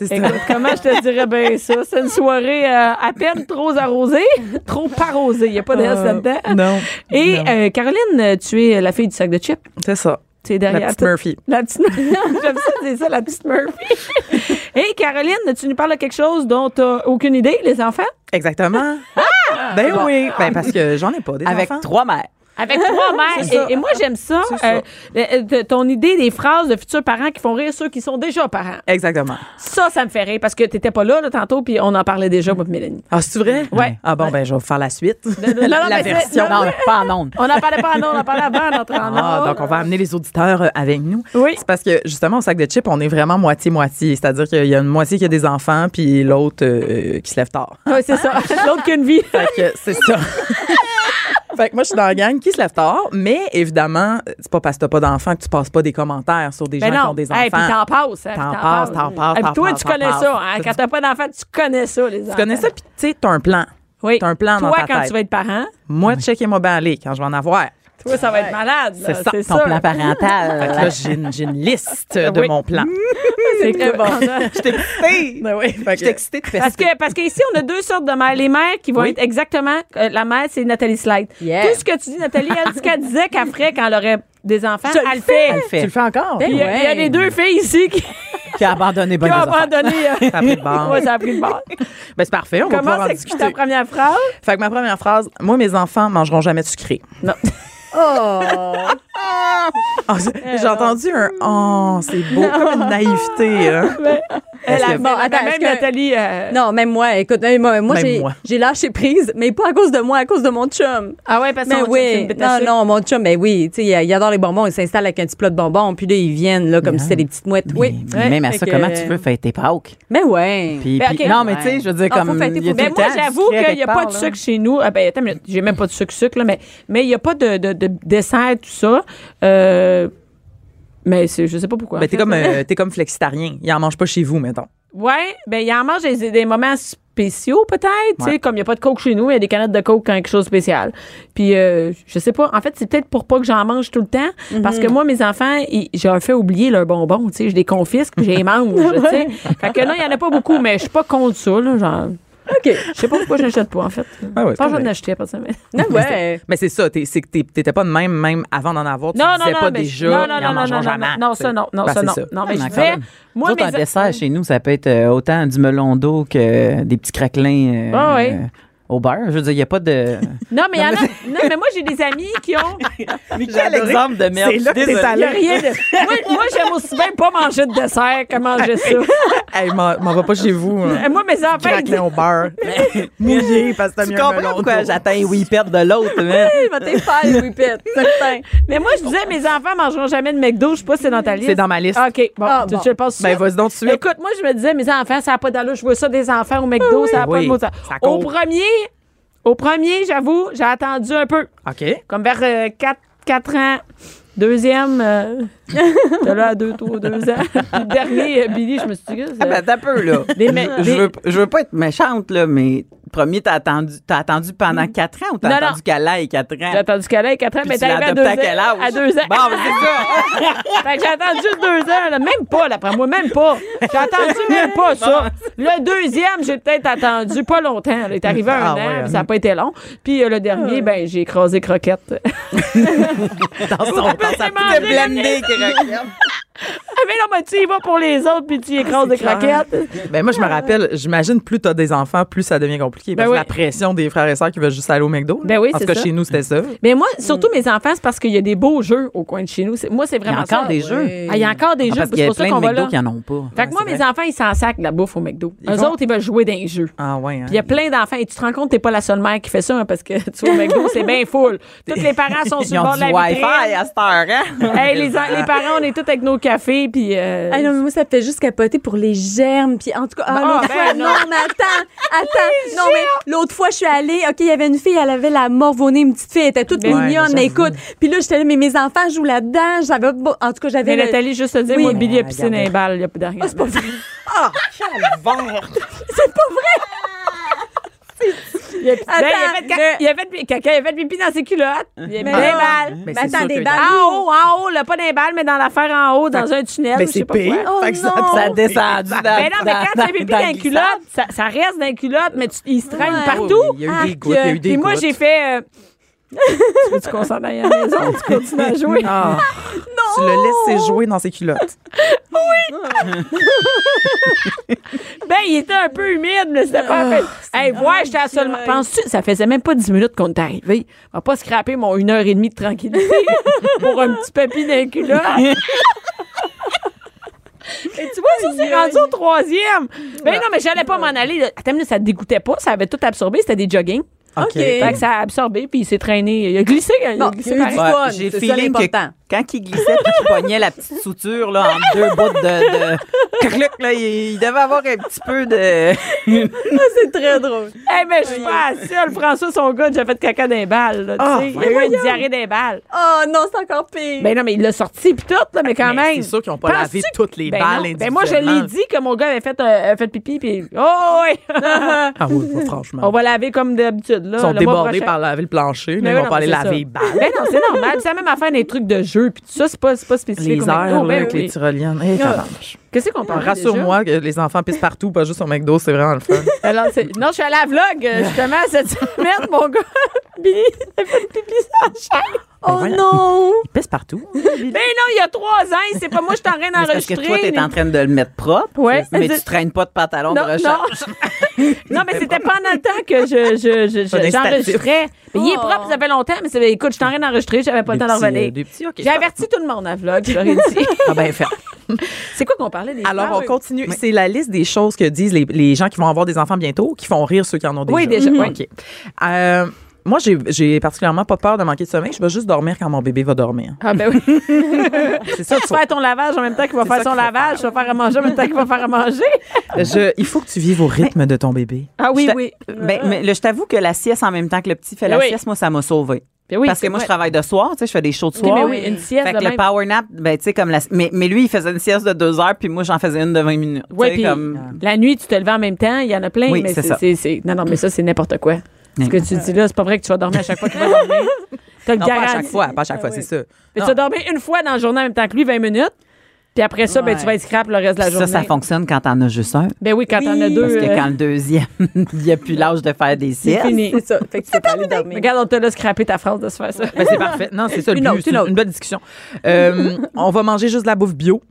S3: Écoute, comment je te dirais bien ça? C'est une soirée euh, à peine trop arrosée, trop arrosée. Il n'y a pas de reste là-dedans.
S4: Euh, non.
S3: Et
S4: non.
S3: euh, Caroline, euh, tu es la fille du sac de chips.
S4: C'est ça.
S3: Tu es derrière
S4: La petite
S3: tout-
S4: Murphy.
S3: La petite J'aime ça, c'est ça, la petite Murphy. Et Caroline, tu nous parles de quelque chose dont tu aucune idée, les enfants?
S6: Exactement. ben oui. Ben parce que j'en ai pas des
S4: Ah! Avec
S6: enfants.
S4: trois mères.
S3: Avec trois mères. Et, et moi, j'aime ça. euh, le- de- ton idée des phrases de futurs parents qui font rire ceux qui sont déjà parents.
S6: Exactement.
S3: Ça, ça me fait rire parce que t'étais pas là, là, tantôt, puis on en parlait déjà, moi, puis Mélanie.
S6: Ah, c'est vrai?
S3: Ouais.
S6: Ah bon, ben je vais vous faire la suite.
S3: Non, non,
S4: La
S3: mais c'est-
S4: version.
S3: non,
S4: Ah Non, Ah, pas en ondes.
S3: On n'en parlait pas en ondes, on en parlait avant notre en
S6: Ah,
S3: ondes.
S6: donc on va amener les auditeurs euh, avec nous.
S3: Oui.
S6: C'est parce que justement au sac de chips, on est vraiment moitié-moitié. C'est-à-dire qu'il y a une moitié qui a des enfants, puis l'autre euh, euh, qui se lève tard.
S3: Oui, c'est ça. L'autre qu'une vie.
S6: Fait que c'est ça. Fait que moi, je suis dans la gang qui se lève tard, mais évidemment, c'est pas parce que t'as pas d'enfants que tu passes pas des commentaires sur des
S3: Ben
S6: gens qui
S3: non.
S6: ont des enfants.
S3: Hey, puis t'en passes. hein, puis
S6: T'en passes, t'en passes,
S3: Et puis
S6: t'en
S3: toi,
S6: passes,
S3: tu connais
S6: t'en
S3: ça.
S6: passes.
S3: hein, Quand t'as pas d'enfant, tu connais ça, les enfants.
S6: tu connais ça, puis tu sais, t'as un plan.
S3: Oui.
S6: T'as un plan
S3: Toi,
S6: dans ta
S3: quand
S6: tête.
S3: tu vas être parent,
S6: Moi, checkez-moi bien aller quand je vais en avoir.
S3: toi, ça va être malade. là,
S6: C'est ça,
S3: C'est
S6: ton
S4: Ton
S3: sûr.
S4: plan
S6: Fait que
S4: parental.
S6: là, j'ai une, j'ai une liste de
S3: Oui. Hmm.
S6: mon plan.
S3: C'est très bon. ça.
S6: Ben oui, fait que-
S3: Parce que parce qu'ici, on a deux sortes de mères. Les mères qui vont être exactement. euh, la mère, c'est Nathalie Slide.
S5: Yeah.
S3: Tout ce que tu dis, Nathalie, elle, ce qu'elle disait qu'après, quand elle aurait des enfants,
S4: Je
S3: elle le fait.
S4: Elle le
S6: Tu le
S4: fait.
S6: fais encore?
S3: Il y, a, il y a les deux filles ici qui, qui
S4: Tu as abandonné Ben bonne
S3: ont
S4: affaires.
S3: abandonné. euh,
S6: Ça a pris de bord.
S3: Ouais, ça a pris le bord.
S6: Ben, c'est parfait, on va
S3: Comment
S6: pouvoir en
S3: c'est que ta
S6: discuter.
S3: première phrase?
S6: Fait que ma première phrase, moi, mes enfants mangeront jamais de sucré.
S3: Non. Oh!
S6: Ah,
S3: Eh
S6: c'est- j'ai entendu un « oh, c'est beau », comme une naïveté. hein.
S3: Elle
S6: Est-ce
S3: a
S6: que-
S5: Bon,
S3: la
S5: attends,
S3: même
S5: est-ce que-
S3: Nathalie. euh,
S5: Non, même moi, écoute, euh, moi, moi,
S6: Même
S5: j'ai-
S6: moi.
S5: j'ai lâché prise, mais pas à cause de moi, à cause de mon chum.
S3: Ah ouais, parce que
S5: Mais
S3: son- c'est
S5: oui,
S3: une bête à
S5: non,
S3: sucre.
S5: non, mon chum, mais oui, tu sais, il- il adore les bonbons, il s'installe avec un petit plat de bonbons, puis là, ils viennent, là, comme si c'était des petites mouettes. Oui,
S4: Ah. Mais Même à
S5: Fait
S4: ça,
S5: que-
S4: comment tu veux fêter Pâques?
S5: Mais ouais.
S4: Puis,
S3: Ben,
S4: puis-
S3: ok.
S4: non, mais
S5: Ouais.
S4: tu sais, je veux dire,
S5: Ah, faut
S4: comme.
S5: fêter
S4: il y a
S5: pour-
S4: tout
S3: Mais Ben,
S4: le
S3: moi,
S4: temps du
S3: j'avoue
S4: sucré à
S3: qu'il n'y a
S4: quelque
S3: pas
S4: part,
S3: de
S4: là.
S3: sucre chez nous. Ah, ben, attends, une minute, j'ai même pas de sucre, sucre, là, mais mais il n'y a pas de, de, de dessert, tout ça. Euh, mais c'est- je sais pas pourquoi.
S6: Ben, t'es comme, euh, t'es comme flexitarien. Ils en mangent pas chez vous, mettons.
S3: Ouais, ben, il en mange des, des moments spéciaux, peut-être. Tu sais, comme il n'y a pas de coke chez nous, il y a des canettes de coke quand quelque chose de spécial. Puis, euh, je sais pas. En fait, c'est peut-être pour pas que j'en mange tout le temps.
S6: Mhm.
S3: Parce que moi, mes enfants, ils- je leur fais oublier leurs bonbons. Tu sais, je les confisque, puis je les mange. tu sais. Fait que non, il n'y en a pas beaucoup, mais je suis pas contre ça, là. Genre,
S5: OK.
S3: je sais pas pourquoi je n'achète pas, en fait.
S6: Ah ouais,
S3: je pense que
S6: c'est
S3: j'en
S6: vrai.
S3: achetais, pas de semaine.
S5: Non, ouais.
S6: Mais c'est ça, t'es- c'est que t'es- t'étais pas de même, même avant d'en avoir. Tu
S3: Non, non,
S6: disais
S3: non,
S6: pas
S3: mais
S6: déjà,
S3: non, non,
S6: ils en
S3: non, non,
S6: mangeront
S3: non,
S6: jamais.
S3: non, ça, non, non,
S6: Ben,
S3: ça,
S6: c'est
S3: non, non, mais je vais, moi,
S4: Nous autres,
S3: mes-
S4: un dessert chez nous, ça peut être euh, autant du melon d'eau que des petits craquelins euh,
S3: Ah ouais.
S4: euh, au beurre. Je veux dire, il n'y a pas de.
S3: Non, mais il y en a. Non, mais moi, j'ai des amis qui ont.
S4: mais quel exemple de merde!
S6: C'est là que t'es
S4: Désolée.
S3: Il y a
S6: allé.
S3: rien de. Moi, moi, j'aime aussi bien pas manger de dessert que manger ça.
S6: Hey, m'en m'en va pas chez vous. hein.
S3: Et moi, mes enfants, ils
S6: Craquelin au beurre. Mouillé, parce que t'as
S4: Tu
S6: mis un
S4: comprends
S6: melon
S4: pourquoi
S6: d'eau.
S4: j'atteins oui perdre de l'autre, hein? mais.
S5: Il va t'y faire, les whippets, certain.
S3: Mais moi, je disais, mes enfants mangeront jamais de McDo. Je sais pas si c'est dans ta liste.
S6: C'est dans ma liste.
S3: OK. Bon,
S5: Ah,
S3: tu,
S5: bon.
S3: tu le passes
S6: Ben,
S3: sur-
S6: vas-y donc tout de suite.
S3: Écoute, moi, je me disais, mes enfants, ça n'a pas d'allure. Je vois ça des enfants au McDo, ça n'a
S6: Ben
S3: pas de
S6: oui,
S3: mot. Ça.
S6: ça
S3: Au
S6: court.
S3: premier, au premier, j'avoue, j'ai attendu un peu.
S6: OK.
S3: Comme vers 4, ans. Deuxième, euh, de là à deux, trois, deux ans. Puis dernier, euh, Billy, je me suis dit, que c'est-
S4: Ah ben, t'as peu, là.
S3: Des me-
S4: je, je
S3: des-
S4: veux, je veux pas être méchante, là, mais premier, t'as attendu, t'as attendu pendant 4 ans ou t'as
S3: Mm. Non,
S4: attendu
S3: non.
S4: qu'elle aille 4 ans?
S3: j'ai attendu qu'elle ait 4 ans,
S4: Puis
S3: mais
S4: tu
S3: t'es
S4: l'as
S3: arrivée à
S4: adoptée
S3: deux
S4: à quel
S3: ans.
S4: âge?
S3: À deux ans.
S4: Bon, ben, c'est ça!
S3: Fait que j'ai attendu deux ans, là. même pas, là, après moi, même pas. J'ai attendu même pas ça. Le deuxième, j'ai peut-être attendu pas longtemps. là. Il est arrivé à un
S6: Ah,
S3: an,
S6: ouais, Ah.
S3: puis ça n'a pas été long. Puis euh, le dernier, ben, j'ai écrasé Croquette.
S4: Dans son temps,
S3: j'ai
S4: ça
S6: Ben,
S3: mangé
S4: peut te blender, qui regarde.
S3: mais là, ben, tu y vas pour les autres, puis tu écrases des
S6: Ah, clair.
S3: croquettes.
S6: Ben moi, je me rappelle, j'imagine plus t'as des enfants, plus ça devient compliqué. Parce
S3: Ben
S6: que
S3: oui.
S6: la pression des frères et sœurs qui veulent juste aller au McDo. là.
S3: Ben oui,
S6: en tout
S3: c'est
S6: cas,
S3: ça.
S6: chez nous, c'était ça.
S3: Mais moi, surtout
S6: Mm.
S3: mes enfants, c'est parce qu'il y a des beaux jeux au coin de chez nous. C'est- Moi, c'est
S4: Il y
S3: vraiment
S4: a encore
S3: ça.
S4: des jeux.
S3: Ah, Il y a encore des jeux,
S4: Ah, parce
S3: puis
S4: qu'il y
S3: c'est
S4: a
S3: pour ça
S4: plein
S3: qu'on
S4: de
S3: va
S4: McDo
S3: là.
S4: qui en ont pas.
S3: Fait que moi, mes enfants, ils s'en sacent de la bouffe au McDo. Eux
S6: font-
S3: autres, ils veulent jouer dans les jeux.
S6: Ah ouais. hein.
S3: Puis il y a plein d'enfants. Et tu te rends compte, t'es pas la seule mère qui fait ça, hein, parce que tu vois, au McDo, c'est bien full. Tous les parents sont sur
S4: Ils
S3: le
S4: ont
S3: bord
S4: du
S3: de la vitrine.
S4: Wi-Fi à cette heure, hein?
S3: Hey, les, en- les parents, on est tous avec nos cafés, puis... euh,
S5: Ah non, mais moi, ça me fait juste capoter pour les germes. Puis en tout cas, ah,
S3: Ah, ben
S5: l'autre fois,
S3: non.
S5: non. mais attends, attends. non, mais l'autre fois, je suis allée, OK, il y avait une fille, elle avait la morve au nez, une petite fille, elle était toute
S6: Ben ouais,
S5: mignonne,
S6: mais
S5: mais écoute. Puis là, j'étais là, mais mes enfants jouent là-dedans. J'avais, beau- en tout cas,
S3: mais
S5: j'avais. le-
S3: Nathalie, juste te dire,
S5: Oui.
S3: moi, Billy
S6: Ah,
S3: a
S4: Mais
S3: piscine
S4: regardez.
S3: un bal, il n'y a plus Ben, d'argent.
S5: Ah, c'est pas vrai.
S3: Il a, pissé-
S5: Attends,
S3: Ben, il a fait,
S5: le-
S3: il a fait- quelqu'un a fait pipi dans ses culottes. Il a mis
S5: Mais
S3: dans les
S5: non.
S3: balles.
S6: Mais
S5: Mais
S6: c'est
S5: attends,
S6: sûr
S5: des
S6: que-
S5: balles.
S3: En haut, en haut, là, pas dans les balles, mais dans l'affaire en haut, dans un tunnel.
S6: Mais
S3: je sais
S6: ben, c'est
S3: pas quoi.
S6: pire.
S4: Oh
S6: Fait que ça-
S5: Oh,
S4: Ça a descendu dans
S3: Mais Ben non, mais quand
S4: dans-
S3: tu fais pipi
S4: dans-
S3: dans une culotte, ça, ça reste dans une culotte, mais tu, il se traîne partout.
S6: Oh, oui, il y a eu des
S3: Arc.
S6: gouttes, il y a eu des
S3: Puis moi,
S6: gouttes.
S3: j'ai fait. euh, tu veux-tu qu'on s'en aille à la maison? Tu continues à jouer?
S6: Ah. Tu le laisses jouer dans ses culottes.
S3: Ben, il était un peu humide, mais c'était pas fait. Hey, ouais, j'étais seulement. Penses-tu, ça faisait même pas 10 minutes qu'on est arrivé. On va pas scraper mon 1 heure et demie de tranquillité pour un petit papy d'un culotte. Et tu vois, ça, c'est rendu au troisième. Ben non, mais j'allais pas m'en aller. là. Attends, une minute, ça te dégoûtait pas. Ça avait tout absorbé. C'était des jogging.
S6: OK.
S3: Fait que ça a absorbé, puis il s'est traîné. Il a glissé. Il a
S5: Bon,
S3: glissé
S5: il y a eu
S3: pareil.
S5: du fun,
S4: J'ai
S5: c'est ça
S4: feeling que
S5: l'important.
S4: quand il glissait puis qu'il pognait la petite souture là, en deux bouts de, de cluc, là, il, il devait avoir un petit peu de.
S5: C'est
S3: ben.
S5: très drôle.
S3: Hey, Eh, mais je suis pas la seule. François, son gars, j'ai fait caca d'un balles. là, tu
S6: Ah,
S3: sais. il a eu une diarrhée d'un balles.
S5: Oh non, c'est encore pire.
S3: Ben non, mais il l'a sorti puis tout, là, mais quand
S6: Mais
S3: même.
S6: Ben, C'est sûr qu'ils n'ont pas lavé
S3: Penses-tu-
S6: toutes les
S3: Ben
S6: balles
S3: non. Ben moi, je l'ai
S6: individuellement.
S3: dit que mon gars avait fait, euh, avait fait pipi, puis oh oui!
S6: Ah oui, bah, franchement.
S3: On va laver comme d'habitude. là,
S6: Ils sont
S3: le mois
S6: débordés
S3: prochain.
S6: par laver le plancher, mais
S3: Ben
S6: ils
S3: oui,
S6: vont
S3: non,
S6: pas aller
S3: c'est ça.
S6: laver les balles.
S3: Ben non, c'est normal. Puis ça même à faire des trucs de jeu, puis tout ça, c'est pas, c'est pas spécifique. au
S6: Les airs,
S3: McDo.
S6: là,
S3: Ben
S6: avec
S3: oui.
S6: les tyroliennes. Hey, tabarnouche.
S3: Qu'est-ce qu'on parle?
S6: Rassure-moi que les enfants pissent partout, pas juste au McDo, c'est vraiment le fun.
S3: Alors, c'est- non, je suis allée à la vlog, euh, justement, cette semaine, mon gars. Billy, a fait pipi sur la chaise.
S5: oh non.
S4: Il pisse partout.
S3: Ben non, il y a trois ans, c'est pas moi, je suis en train
S4: Mais c'est
S3: d'enregistrer.
S4: Parce que toi, t'es en train de le mettre propre.
S3: Ouais.
S4: Mais tu traînes pas de pantalon de recharge.
S3: Non, non mais c'était pendant le temps que je, je, je-
S4: Pas
S3: je- j'enregistrais. Mais il est
S5: Oh.
S3: propre, ça fait longtemps, mais c'est- écoute, je suis en train d'enregistrer, j'avais pas le temps
S6: Des
S3: d'en
S6: petits, euh,
S3: revenir.
S6: des petits, ok.
S3: J'ai averti tout le monde à vlog, je leur ai dit.
S6: Ah ben, fait.
S3: C'est quoi qu'on parlait des
S6: Alors,
S3: fleurs?
S6: on continue. C'est la liste des choses que disent les, les gens qui vont avoir des enfants bientôt, qui font rire ceux qui en ont déjà.
S3: Oui, déjà, oui.
S6: OK. Euh, moi, j'ai- j'ai particulièrement pas peur de manquer de sommeil. Je vais juste dormir quand mon bébé va dormir.
S3: Ah ben oui.
S6: C'est ça,
S3: Tu fais ton lavage en même temps qu'il va
S6: C'est
S3: faire
S6: ça
S3: son
S6: qu'il faut
S3: lavage, tu vas faire à manger en même temps qu'il va faire à manger.
S6: Je- il faut que tu vives au rythme de ton bébé.
S3: Ah oui,
S4: Je t'a-
S3: oui.
S4: Ben, mais là, je t'avoue que la sieste en même temps que le petit fait la
S3: Oui.
S4: sieste, moi, ça m'a sauvée.
S3: Ben oui,
S4: Parce que
S3: c'est
S4: moi, je
S3: vrai.
S4: travaille de soir, tu sais, je fais des shows de
S3: Oui,
S4: soir.
S3: mais oui, une sieste
S4: Fait
S3: de
S4: que le
S3: même.
S4: power nap, ben, tu sais, comme la. Mais, mais lui, il faisait une sieste de deux heures, puis moi, j'en faisais une de 20 minutes. Tu
S3: Ouais,
S4: sais,
S3: puis euh,
S4: comme.
S3: la nuit, tu te levais en même temps, il y en a plein,
S4: Oui,
S3: mais
S4: c'est
S3: c'est,
S4: ça.
S3: c'est- c'est- Non, non, mais ça, c'est n'importe quoi. Ce que tu dis là, c'est pas vrai que tu vas dormir à chaque fois que tu vas dormir. T'as le
S6: Non, pas à
S3: garanti-
S6: chaque fois, pas à chaque fois, c'est ça.
S3: Mais tu
S6: Non.
S3: vas dormir une fois dans la journée en même temps que lui, 20 minutes. Puis après ça, ben, tu vas être scrap le reste de la
S4: Ça,
S3: journée.
S4: ça fonctionne quand t'en as juste un.
S3: Ben oui, quand t'en as deux.
S4: Parce que
S3: euh,
S4: quand le deuxième, il a plus l'âge de faire des
S3: c'est
S4: siestes.
S3: fini.
S5: Ah, C'est ça. Fait que tu peux pas aller dormir.
S3: Regarde, on te l'a scrappé ta phrase de se faire ça.
S6: Ben, c'est parfait. Non, c'est ça le
S5: Une
S6: but.
S5: autre,
S6: C'est
S5: une
S6: une,
S5: autre.
S6: bonne discussion. Euh, on va manger juste de la bouffe bio.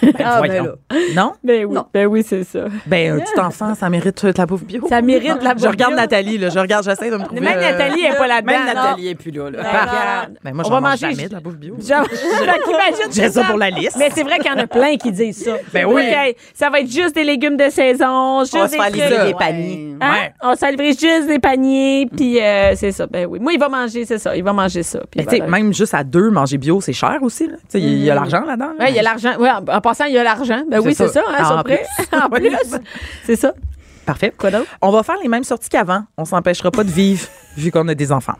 S6: Ben,
S5: Ah, ben
S6: voyons. Non?
S3: Ben oui,
S5: Non.
S3: ben oui, c'est ça.
S6: Ben, un petit enfant, ça mérite euh, de la bouffe bio.
S3: Ça mérite de la
S6: Je
S3: bouffe
S6: regarde
S3: bio.
S6: Nathalie, là. Je regarde, j'essaie de me trouver.
S3: Même
S6: euh,
S3: Nathalie n'est pas là-dedans.
S4: Même
S3: Ben non.
S4: Nathalie est plus là. là.
S3: Ben,
S4: Bah,
S3: regarde.
S6: Ben, moi,
S3: On
S6: j'en
S3: va
S6: mange
S3: manger-
S6: jamais de la bouffe bio.
S3: Genre, fait qu'imagine
S6: J'ai
S3: tout
S6: ça pour la liste.
S3: Mais c'est vrai qu'il y en a plein qui disent ça.
S6: Ben oui.
S3: Ok, ça va être juste des légumes de saison, juste
S4: On va se
S3: des
S4: faire livrer
S3: trucs.
S4: des paniers.
S3: Hein?
S6: Ouais.
S3: On s'en livrait juste des paniers, puis euh, c'est ça. Ben oui. Moi, il va manger, c'est ça. Il va manger ça. puis
S6: Mais Ben, tu sais,
S3: voilà.
S6: même juste à deux, manger bio, c'est cher aussi. là. Tu sais, Il y a l'argent là-dedans. là.
S3: Ouais, il y a l'argent. Ouais, en, en passant, il y a l'argent. Ben oui,
S6: C'est
S3: c'est
S6: ça.
S3: ça, hein,
S6: Ah,
S3: sont
S6: en
S3: prêts. en plus. c'est ça.
S6: Parfait.
S3: Quoi d'autre?
S6: On va faire les mêmes sorties qu'avant. On s'empêchera pas de vivre vu qu'on a des enfants.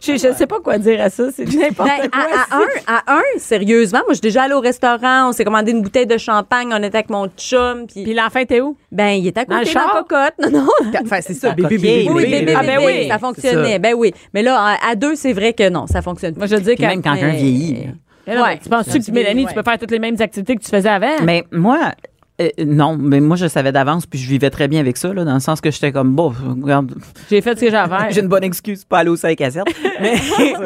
S3: Je, je sais pas quoi dire à ça. C'est n'importe
S5: Ben,
S3: quoi.
S5: à, à un, à un, sérieusement, moi, je suis déjà allée au restaurant, on s'est commandé une bouteille de champagne, on était avec mon chum, puis
S3: Puis l'enfant était où?
S5: ben, il était à
S3: Dans le
S5: côté dans la
S3: char?
S5: cocotte. Non, non.
S6: Enfin, c'est ça,
S4: bébé, bébé,
S5: Oui,
S4: bébé.
S5: bébé,
S3: Ah, ben
S5: bébé,
S3: oui.
S5: ça
S6: C'est
S5: fonctionnait,
S6: ça.
S5: ben oui. Mais là, à, à deux, c'est vrai que non, ça fonctionne
S3: Moi,
S5: pas.
S3: je dis
S4: Puis même quand quelqu'un vieillit. là.
S3: Mais non,
S5: Ouais.
S3: Ah. Tu penses-tu que Mélanie, tu peux faire toutes les mêmes activités que tu faisais avant?
S4: Mais moi, Euh, non, mais moi, je savais d'avance, puis je vivais très bien avec ça, là, dans le sens que j'étais comme, bon, regarde,
S3: J'ai fait ce que j'avais. à
S4: j'ai
S3: faire.
S4: une bonne excuse pour pas aller au 5 à 7. mais,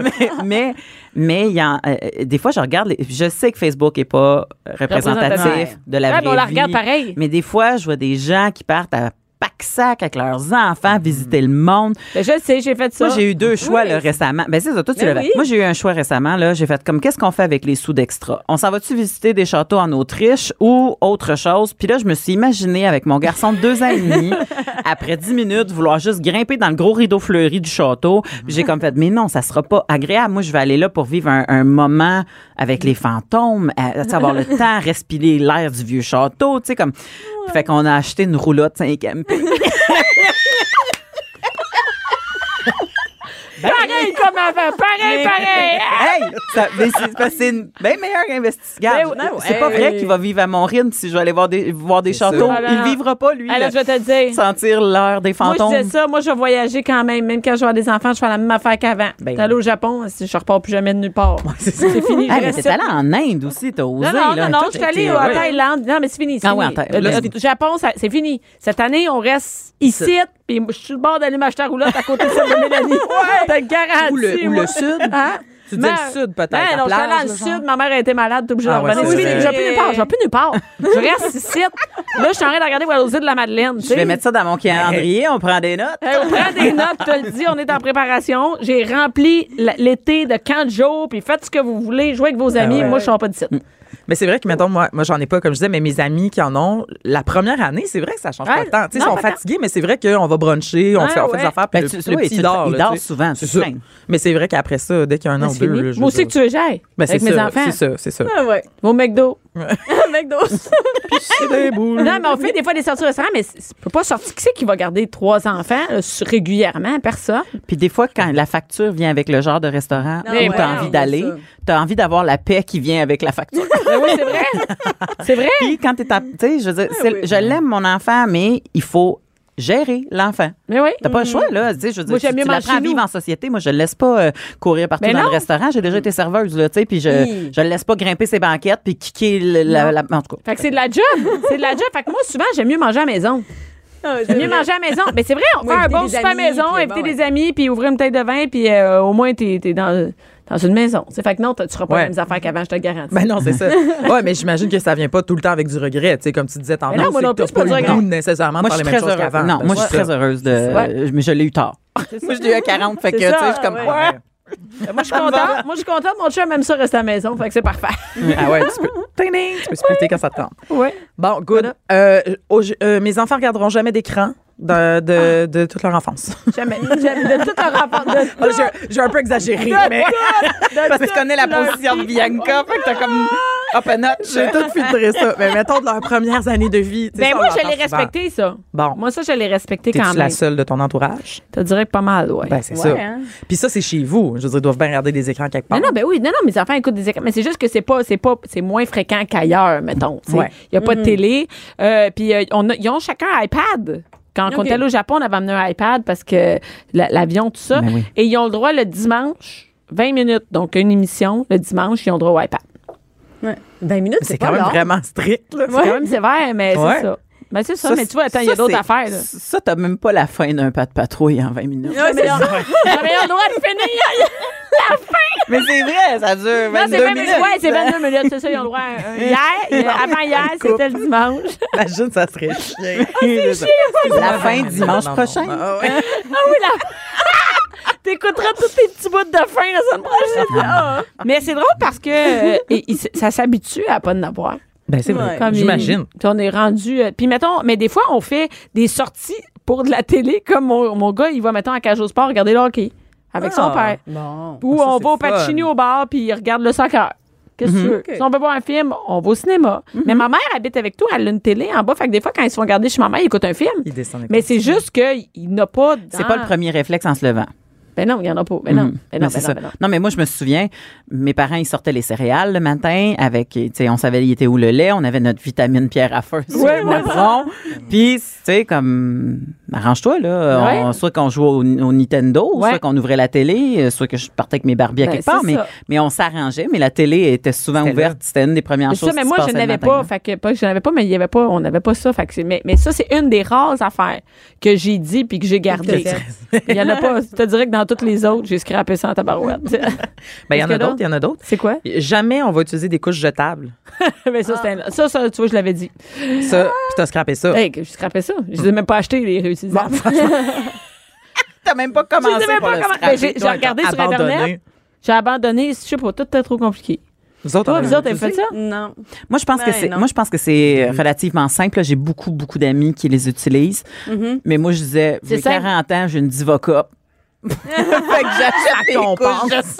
S4: mais, mais, mais il y en- euh, euh, des fois, je regarde, les- je sais que Facebook est pas représentatif
S3: Représentatif.
S4: de la
S3: Ouais,
S4: vraie
S3: mais on la
S4: vie.
S3: regarde pareil.
S4: Mais des fois, je vois des gens qui partent à Paxac avec leurs enfants,
S3: Mm.
S4: visiter le monde.
S3: Ben, je le sais, j'ai fait ça.
S4: Moi, j'ai eu deux choix
S3: Oui.
S4: là, récemment. Ben, c'est ça, toi, tu
S3: Ben
S4: l'as fait.
S3: oui.
S4: Moi, j'ai eu un choix récemment. là. J'ai fait comme, qu'est-ce qu'on fait avec les sous d'extra? On s'en va-tu visiter des châteaux en Autriche ou autre chose? Puis là, je me suis imaginée avec mon garçon de deux ans et demi, après dix minutes, vouloir juste grimper dans le gros rideau fleuri du château. Puis J'ai comme fait, mais non, ça sera pas agréable. Moi, je vais aller là pour vivre un, un moment avec les fantômes, à, à savoir le temps, respirer l'air du vieux château, tu sais, comme... Fait qu'on a acheté une roulotte 5
S3: Pareil comme avant, pareil, pareil.
S4: hey, ça- mais c'est parce que c'est une bien meilleure investigation.
S3: Ben oui.
S4: C'est pas vrai qu'il va vivre à mon rythme si je vais aller voir des, voir des châteaux.
S3: sûr.
S4: Il vivra pas, lui.
S3: Alors,
S4: là.
S3: Ah, je vais te le dire.
S4: Sentir l'heure des
S3: Moi, je
S4: fantômes.
S3: disais ça. Moi, je voyageais quand même. Même quand j'avais des enfants, je fais la même affaire qu'avant.
S4: Ben
S3: T'es allé
S4: oui.
S3: au Japon, si je repars plus jamais de nulle part.
S4: c'est ça.
S3: C'est fini.
S4: Ah,
S3: je
S4: mais
S3: reste
S4: t'es allé en Inde aussi, t'as osé.
S3: Non, non,
S4: là.
S3: non, non,
S4: Toi,
S3: je suis
S4: t'es-
S3: allée
S4: t'es-
S3: au- en
S4: ouais.
S3: Thaïlande. Non, mais c'est fini. c'est
S4: Ah oui,
S3: fini.
S4: en Thaï-
S3: Le-
S4: là,
S3: le Japon, ça- c'est fini. Cette année, on reste ici, puis je suis sur le bord d'aller m'acheter un roulotte à côté de celle de Mélanie. T'as garanti.
S6: Ou le, ou
S3: moi.
S6: le sud.
S3: Hein?
S6: Tu dis le sud, peut-être.
S3: Ben,
S6: la
S3: non, je suis allée
S6: plage,
S3: dans le
S6: là, genre.
S3: sud, ma mère a été malade, t'es obligée
S6: Ah
S3: de
S6: ouais,
S3: revenir.
S6: c'est
S3: C'est fini,
S6: vrai.
S3: J'ai plus nulle part, j'ai plus nulle part. Je reste ici. Là, je suis en train de regarder pour aller aux îles de la Madeleine. tu
S4: Je vais
S3: sais.
S4: mettre ça dans mon calendrier, on prend des notes.
S3: Hey, Euh, on prend des notes, je te le dis, on est en préparation. J'ai rempli la- l'été de 4 jours, puis faites ce que vous voulez, jouez avec vos amis.
S6: Ben ouais. Mm.
S3: Moi, je sors pas de site.
S6: Mais c'est vrai que, mettons, moi, moi j'en ai pas, comme je disais, mais mes amis qui en ont, la première année, c'est vrai que ça change
S3: Ouais.
S6: pas tant. Tu sais, ils
S3: Non,
S6: sont
S3: pas tant.
S6: fatigués, mais c'est vrai qu'on va bruncher, on,
S3: Ouais,
S6: fait, on fait des
S3: ouais.
S6: affaires, puis
S4: Ben,
S6: le,
S4: tu-
S6: le
S4: oui,
S6: petit
S4: tu-
S6: dort.
S4: il
S6: là,
S4: dort
S6: tu sais.
S4: souvent, tu
S6: C'est ça.
S4: traînes.
S6: Mais c'est vrai qu'après ça, dès qu'il y a un an ou
S3: C'est
S6: deux,
S3: fini.
S6: là, je
S3: Moi
S6: veux
S3: aussi
S6: dire-
S3: que tu veux j'aille.
S6: Ben, c'est
S3: avec mes
S6: ça,
S3: enfants.
S6: C'est ça, c'est ça.
S5: Ah ouais.
S3: Au McDo.
S5: McDo.
S6: C'est des boules.
S3: Non, mais on fait des fois des sorties au restaurant, mais c- tu peux pas sortir. Qui c'est qui va garder trois enfants euh, s- régulièrement? Personne.
S4: Puis des fois, quand la facture vient avec le genre de restaurant
S5: Non,
S4: où
S3: ouais,
S4: t'as envie
S3: c'est
S4: d'aller,
S5: ça.
S4: t'as envie d'avoir la paix qui vient avec la facture.
S3: Ben oui, c'est vrai. C'est vrai.
S4: Puis quand t'es en- Tu sais, je veux
S3: Ah
S4: dire, c'est-
S5: oui.
S4: je l'aime, mon enfant, mais il faut gérer l'enfant.
S3: Mais oui.
S4: T'as pas le choix, là. Tu sais, je veux dire,
S3: Mm. Moi,
S4: tu,
S3: j'aime mieux
S4: tu l'apprends
S3: manger
S4: à
S3: nous.
S4: vivre en société. Moi, je le laisse pas euh, courir partout
S3: Mais
S4: dans
S3: non.
S4: le restaurant. J'ai déjà été serveuse, là, tu sais, puis je,
S5: Hi.
S4: je le laisse pas grimper ses banquettes puis kicker le- la, la- En tout cas.
S3: Fait que c'est de la job. C'est de la job. Fait que moi, souvent, j'aime mieux manger à la maison. J'aime mieux manger à la maison. Mais c'est vrai, on fait
S5: Moi,
S3: un
S5: inviter
S3: bon
S5: des
S3: souper à la
S5: amis,
S3: maison,
S5: puis
S3: inviter
S5: bon, ouais.
S3: des amis, puis ouvrir une tête de vin, puis euh, au moins, t'es es dans, dans une maison. C'est fait que non, t'as- tu feras pas
S6: Ouais.
S3: les mêmes affaires qu'avant, je te le garantis.
S6: Ben non, c'est ça. Ouais, mais j'imagine que ça vient pas tout le temps avec du regret, tu sais, comme tu disais tantôt.
S3: Mais non, moi
S6: c'est
S3: non plus,
S6: que t'as
S3: c'est pas
S6: pas
S3: du
S6: le
S3: regret.
S6: goût nécessairement
S4: Moi,
S6: par
S4: je
S6: les
S4: suis
S6: mêmes
S4: très
S6: choses
S4: heureuse.
S6: qu'avant.
S4: Non,
S6: Ben,
S4: moi, je suis
S6: c'est ça.
S4: très heureuse de. euh,
S3: Ouais.
S4: Mais je l'ai eu tard. Moi, je l'ai eu à 40. Fait que, tu sais,
S3: ça,
S4: je suis comme.
S3: ouais.
S4: ah,
S3: Moi, je suis contente. Moi, je suis contente. Mon chum aime ça rester à la maison. Fait que c'est parfait.
S6: Ah ouais, tu peux. Ding, ding, tu peux splitter quand ça te tente.
S3: Ouais.
S6: Bon, good. Euh, au- je- euh, mes enfants regarderont jamais d'écran de, de, de toute leur enfance.
S3: Jamais. J'aime de tout un rapport. De,
S6: Ah, j'ai- J'ai un peu exagéré, mais. Parce que je connais la position de Bianca, fait que t'as comme. Hop a notch. J'ai tout filtré ça. Mais mettons de leurs premières années de vie. tu sais,
S3: ben
S6: ça, on
S3: moi, je
S6: l'entend
S3: l'ai
S6: souvent.
S3: respecté, ça.
S6: Bon.
S3: Moi, ça, je l'ai respecté quand
S6: T'es-tu
S3: même.
S6: la seule de ton entourage?
S3: T'as dirais que pas mal, ouais.
S6: Ben, c'est
S5: Ouais,
S6: ça.
S5: hein.
S6: Puis ça, c'est chez vous. Je veux dire, ils doivent bien regarder des écrans quelque part.
S3: Non, non, ben oui, non, non, mes enfants écoutent des écrans. Mais c'est juste que c'est pas, c'est pas, c'est moins fréquent qu'ailleurs, mettons. Il
S6: Ouais.
S3: n'y a pas de télé. Euh, puis euh, on a- ils ont chacun un iPad. Quand on
S5: Ok.
S3: était allé au Japon, on avait amené un iPad parce que la- l'avion, tout ça.
S4: Ben oui.
S3: Et ils ont le droit le dimanche, 20 minutes, donc une émission, le dimanche, ils ont le droit au iPad.
S5: 20 minutes, Ben, c'est
S6: C'est quand
S5: pas
S6: même
S5: long.
S6: vraiment strict, là.
S3: C'est quand même sévère, mais
S6: Ouais.
S3: c'est ça. Ben, c'est ça, mais tu vois, attends, il y a
S4: ça,
S3: d'autres
S4: c'est-
S3: affaires. Là.
S4: Ça, t'as même pas la fin d'un pas de patrouille en 20 minutes.
S3: Non, mais on, non, mais on a le droit de finir.
S4: mais c'est vrai, ça dure
S3: Non,
S4: 22
S3: c'est 22
S4: minutes.
S3: minutes. Ouais, c'est 22 minutes. C'est ça, ils ont le droit. à un- Hier, euh, avant hier, c'était le dimanche.
S6: Imagine, ça serait chiant.
S4: La fin dimanche
S6: Ah, ben, Non, non, non.
S4: prochain.
S6: Ah ouais.
S3: T'écouteras tous tes petits bouts de fin la semaine prochaine. Ah. Mais c'est drôle parce que euh, et- et c'est- ça s'habitue à pas en avoir.
S6: Ben, c'est vrai.
S5: Ouais.
S3: Comme
S6: J'imagine.
S3: il- puis on est rendu. euh, puis mettons, mais des fois, on fait des sorties pour de la télé, comme mon, mon gars, il va, mettons, à Cage au Sport regarder le hockey avec son père.
S5: Bon.
S3: Ou
S6: Ah. Ça,
S3: on
S6: c'est
S3: va au
S6: fun.
S3: Pacini au bar puis il regarde le soccer. Qu'est-ce que tu veux?
S5: Ok.
S3: Si on veut voir un film, on va au cinéma. Mais ma mère habite avec toi, elle a une télé en bas. Fait que des fois, quand ils se font regarder chez ma mère, ils écoutent un film.
S6: Il descend.
S3: Mais c'est juste qu'il n'a pas.
S4: C'est pas le premier réflexe en se levant.
S3: Ben non, il n'y en a pas. Ben Ah. non,
S4: Mhm.
S3: ben non,
S4: Ben, c'est
S3: ben non,
S4: ça.
S3: ben non.
S4: Non, mais moi, je me souviens, mes parents, ils sortaient les céréales le matin avec, tu sais, on savait, il était où le lait, on avait notre vitamine pierre à feu sur
S3: Ouais,
S4: le
S3: ouais.
S4: napperon. Puis, tu sais, comme, arrange-toi, là.
S3: Ouais.
S4: On- soit qu'on jouait au, au Nintendo,
S3: Ouais.
S4: soit qu'on ouvrait la télé, euh, soit que je partais avec mes Barbies
S3: Ben,
S4: à quelque
S3: c'est
S4: part, mais,
S3: ça.
S4: mais on s'arrangeait, mais la télé était souvent ouverte. C'était une des premières
S3: C'est
S4: choses
S3: ça, mais
S4: qui
S3: moi,
S4: se
S3: je
S4: passaient le
S3: n'avais
S4: matin,
S3: pas,
S4: hein. là.
S3: fait que, pas que je n'avais pas, mais il y avait pas, on n'avait pas ça. Fait que c'est- mais, mais ça, c'est une des rares affaires que j'ai dit puis que j'ai gardé. Il y en a pas. Je te dirais que dans toutes les autres, j'ai scrappé ça en tabarouette.
S6: Ben, il y en
S3: Est-ce
S6: a
S3: que
S6: d'autres, il y en a d'autres.
S3: c'est quoi?
S6: Jamais on va utiliser des couches jetables.
S3: mais ça, c'était un- Ah. ça, ça, tu vois, je l'avais dit.
S6: Ça,
S4: Ah!
S6: puis t'as scrappé ça.
S3: Hey, que je scrapais ça. Je les ai même pas acheté les réutilisables.
S4: T'as même pas
S3: Je
S4: commencé
S3: sais même
S4: pour
S3: pas
S4: le
S3: comment-
S4: scraper,
S3: Ben, j'ai-
S4: toi,
S3: j'ai regardé sur
S6: abandonné.
S3: Internet. J'ai abandonné. Je sais pas, tout était trop compliqué.
S6: Nous autres,
S3: Toi,
S6: on
S3: vous
S6: a-
S3: autres, avez fait ça?
S5: Non.
S4: Moi, je pense que
S5: Ben,
S4: c'est,
S5: non.
S4: moi, je pense que c'est euh,
S6: Mm-hmm.
S4: relativement simple. là. J'ai beaucoup, beaucoup d'amis qui les utilisent. Mais moi, je disais,
S3: Mm-hmm. C'est
S4: j'ai
S3: simple.
S4: 40 ans, j'ai une Divoca. fait que j'achète des
S6: compense.
S4: couches.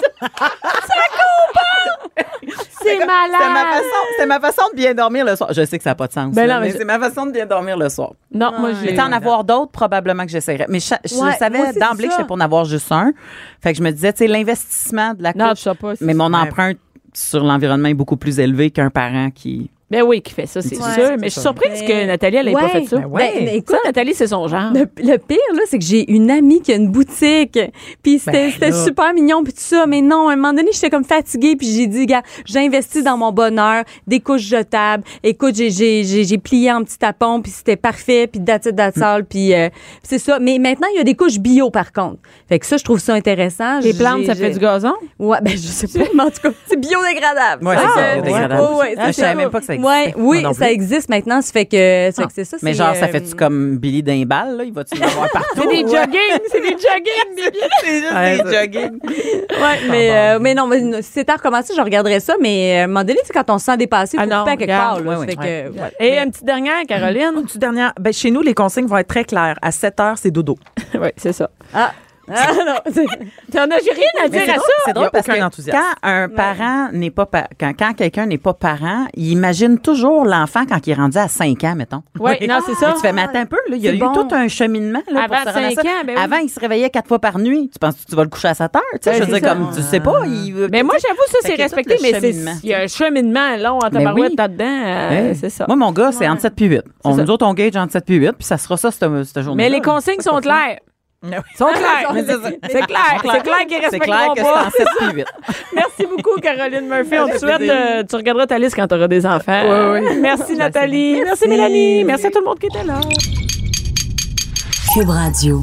S3: C'est
S4: C'est ma
S3: malade!
S4: façon, c'est ma façon de bien dormir le soir. Je sais que ça n'a pas de sens.
S3: Ben
S4: là,
S3: non,
S4: mais,
S3: mais je-
S4: c'est ma façon de bien dormir le soir.
S3: Non, moi, j'ai.
S4: Mais en avoir d'autres, probablement que j'essaierais. Mais cha- je
S5: Ouais, moi
S4: savais
S5: aussi,
S4: d'emblée
S5: c'est
S4: que
S5: ça.
S4: j'étais pour en avoir juste un. Fait que je me disais, tu sais, l'investissement de la
S3: Non, je
S4: couche.
S3: sais pas. c'est-
S4: Mais mon
S6: Ouais.
S4: empreinte sur l'environnement est beaucoup plus élevée qu'un parent qui.
S3: Ben oui, qui fait ça, c'est
S5: Ouais,
S3: sûr.
S5: c'est
S3: Mais je suis
S6: ça.
S3: surprise
S5: Ben,
S3: que Nathalie, elle ait pas
S5: ouais.
S3: fait ça.
S6: Ben ouais.
S5: Ben, écoute,
S3: Ça, Nathalie, c'est son genre.
S5: Le, le pire, là, c'est que j'ai une amie qui a une boutique. Puis c'était
S6: Ben,
S5: c'était
S6: là.
S5: super mignon, puis tout ça. Mais non, à un moment donné, j'étais comme fatiguée, puis j'ai dit, gars, j'investis dans mon bonheur, des couches jetables. Écoute, j'ai- j'ai j'ai- j'ai plié en petit tapon, puis c'était parfait, puis that's it, that's all, puis euh, c'est ça. Mais maintenant, il y a des couches bio, par contre. Fait que ça, je trouve ça intéressant.
S3: Les
S5: J'ai-
S3: plantes, ça
S5: j'ai-
S3: fait du gazon?
S5: Ouais, ben je sais pas, mais en tout cas, c'est biodégradable.
S4: Ouais,
S5: Ça
S4: c'est
S5: fait
S4: ça,
S5: que-
S4: biodégradable.
S5: Ouais, ouais,
S4: Ah, je
S5: c'est
S4: savais
S5: ça.
S4: même pas que ça
S5: Ouais,
S4: existait.
S5: oui,
S4: Moi non
S5: ça
S4: plus. Ah,
S5: existe maintenant, ça fait que, ça fait que c'est ça.
S4: Mais
S5: c'est,
S4: genre, ça
S5: euh,
S4: fait-tu comme Billy Dimbal, là? Il va-tu l'avoir partout?
S3: C'est des jogging, Oh, c'est des jogging, des
S4: C'est juste
S6: Ouais,
S4: des jogging.
S5: Ouais, mais,
S6: Ah,
S5: euh, mais non, mais non, si c'était à recommencer, je regarderais ça, mais euh, à un moment donné, tu sais, quand on se sent dépassé,
S3: Ah
S5: faut
S3: non,
S5: couper à quelque
S3: regarde,
S5: part. Là,
S4: ouais,
S5: Fait
S4: ouais.
S5: que, ouais.
S3: Et une petite dernière, Caroline.
S6: Tout dernière, ben, chez nous, les consignes vont être très claires. À 7 heures, c'est dodo.
S3: oui, c'est ça.
S5: Ah, ah, non, c'est-
S3: T'en as j'ai rien à
S4: Mais
S3: dire
S4: c'est
S3: à
S4: drôle,
S3: ça.
S4: C'est
S6: Il y
S4: drôle
S6: a
S4: parce
S6: aucun
S4: que
S6: enthousiasme.
S4: quand un parent n'est pas pa- quand, quand quelqu'un n'est pas parent, il imagine toujours l'enfant quand il est rendu à 5 ans mettons.
S3: Oui, non, c'est ça.
S4: Mais tu fais mais attends un peu là, il y a
S5: C'est
S4: eu
S5: bon.
S4: tout un cheminement là, pour
S3: Avant
S4: se rendre à
S3: 5
S4: ça.
S3: ans, ben oui.
S4: Avant il se réveillait quatre fois par nuit. Tu penses que tu vas le coucher à 7 heures, tu sais,
S3: Ben,
S4: je veux
S3: c'est
S4: dire
S3: ça.
S4: comme tu sais pas, il
S3: Mais moi, j'avoue, ça,
S4: Fait
S3: c'est
S4: qu'il y a
S3: respecté,
S4: tout le
S3: mais c'est-
S4: cheminement.
S3: il y a un cheminement long en
S4: Ben
S3: tabarouette
S4: oui.
S3: là-dedans. euh,
S4: Hey.
S3: C'est ça.
S4: Moi mon gars, c'est entre 7 puis 8. On
S3: ça.
S4: nous autres on gauge entre 7 puis 8, puis ça sera ça cette, cette journée.
S3: mais les consignes sont claires. sont claires.
S4: Mais c'est ça.
S3: C'est clair. C'est clair qu'ils
S4: c'est clair
S6: Ah,
S3: respecteront
S4: que c'est en
S3: pas.
S4: 7 puis 8.
S3: Merci beaucoup, Caroline Murphy. On te
S4: fait
S3: souhaite,
S4: plaisir.
S3: euh, tu regarderas ta liste quand tu auras des enfants. Merci, Nathalie. Merci, Mélanie. Merci à tout le monde qui était là.
S1: Cube Radio.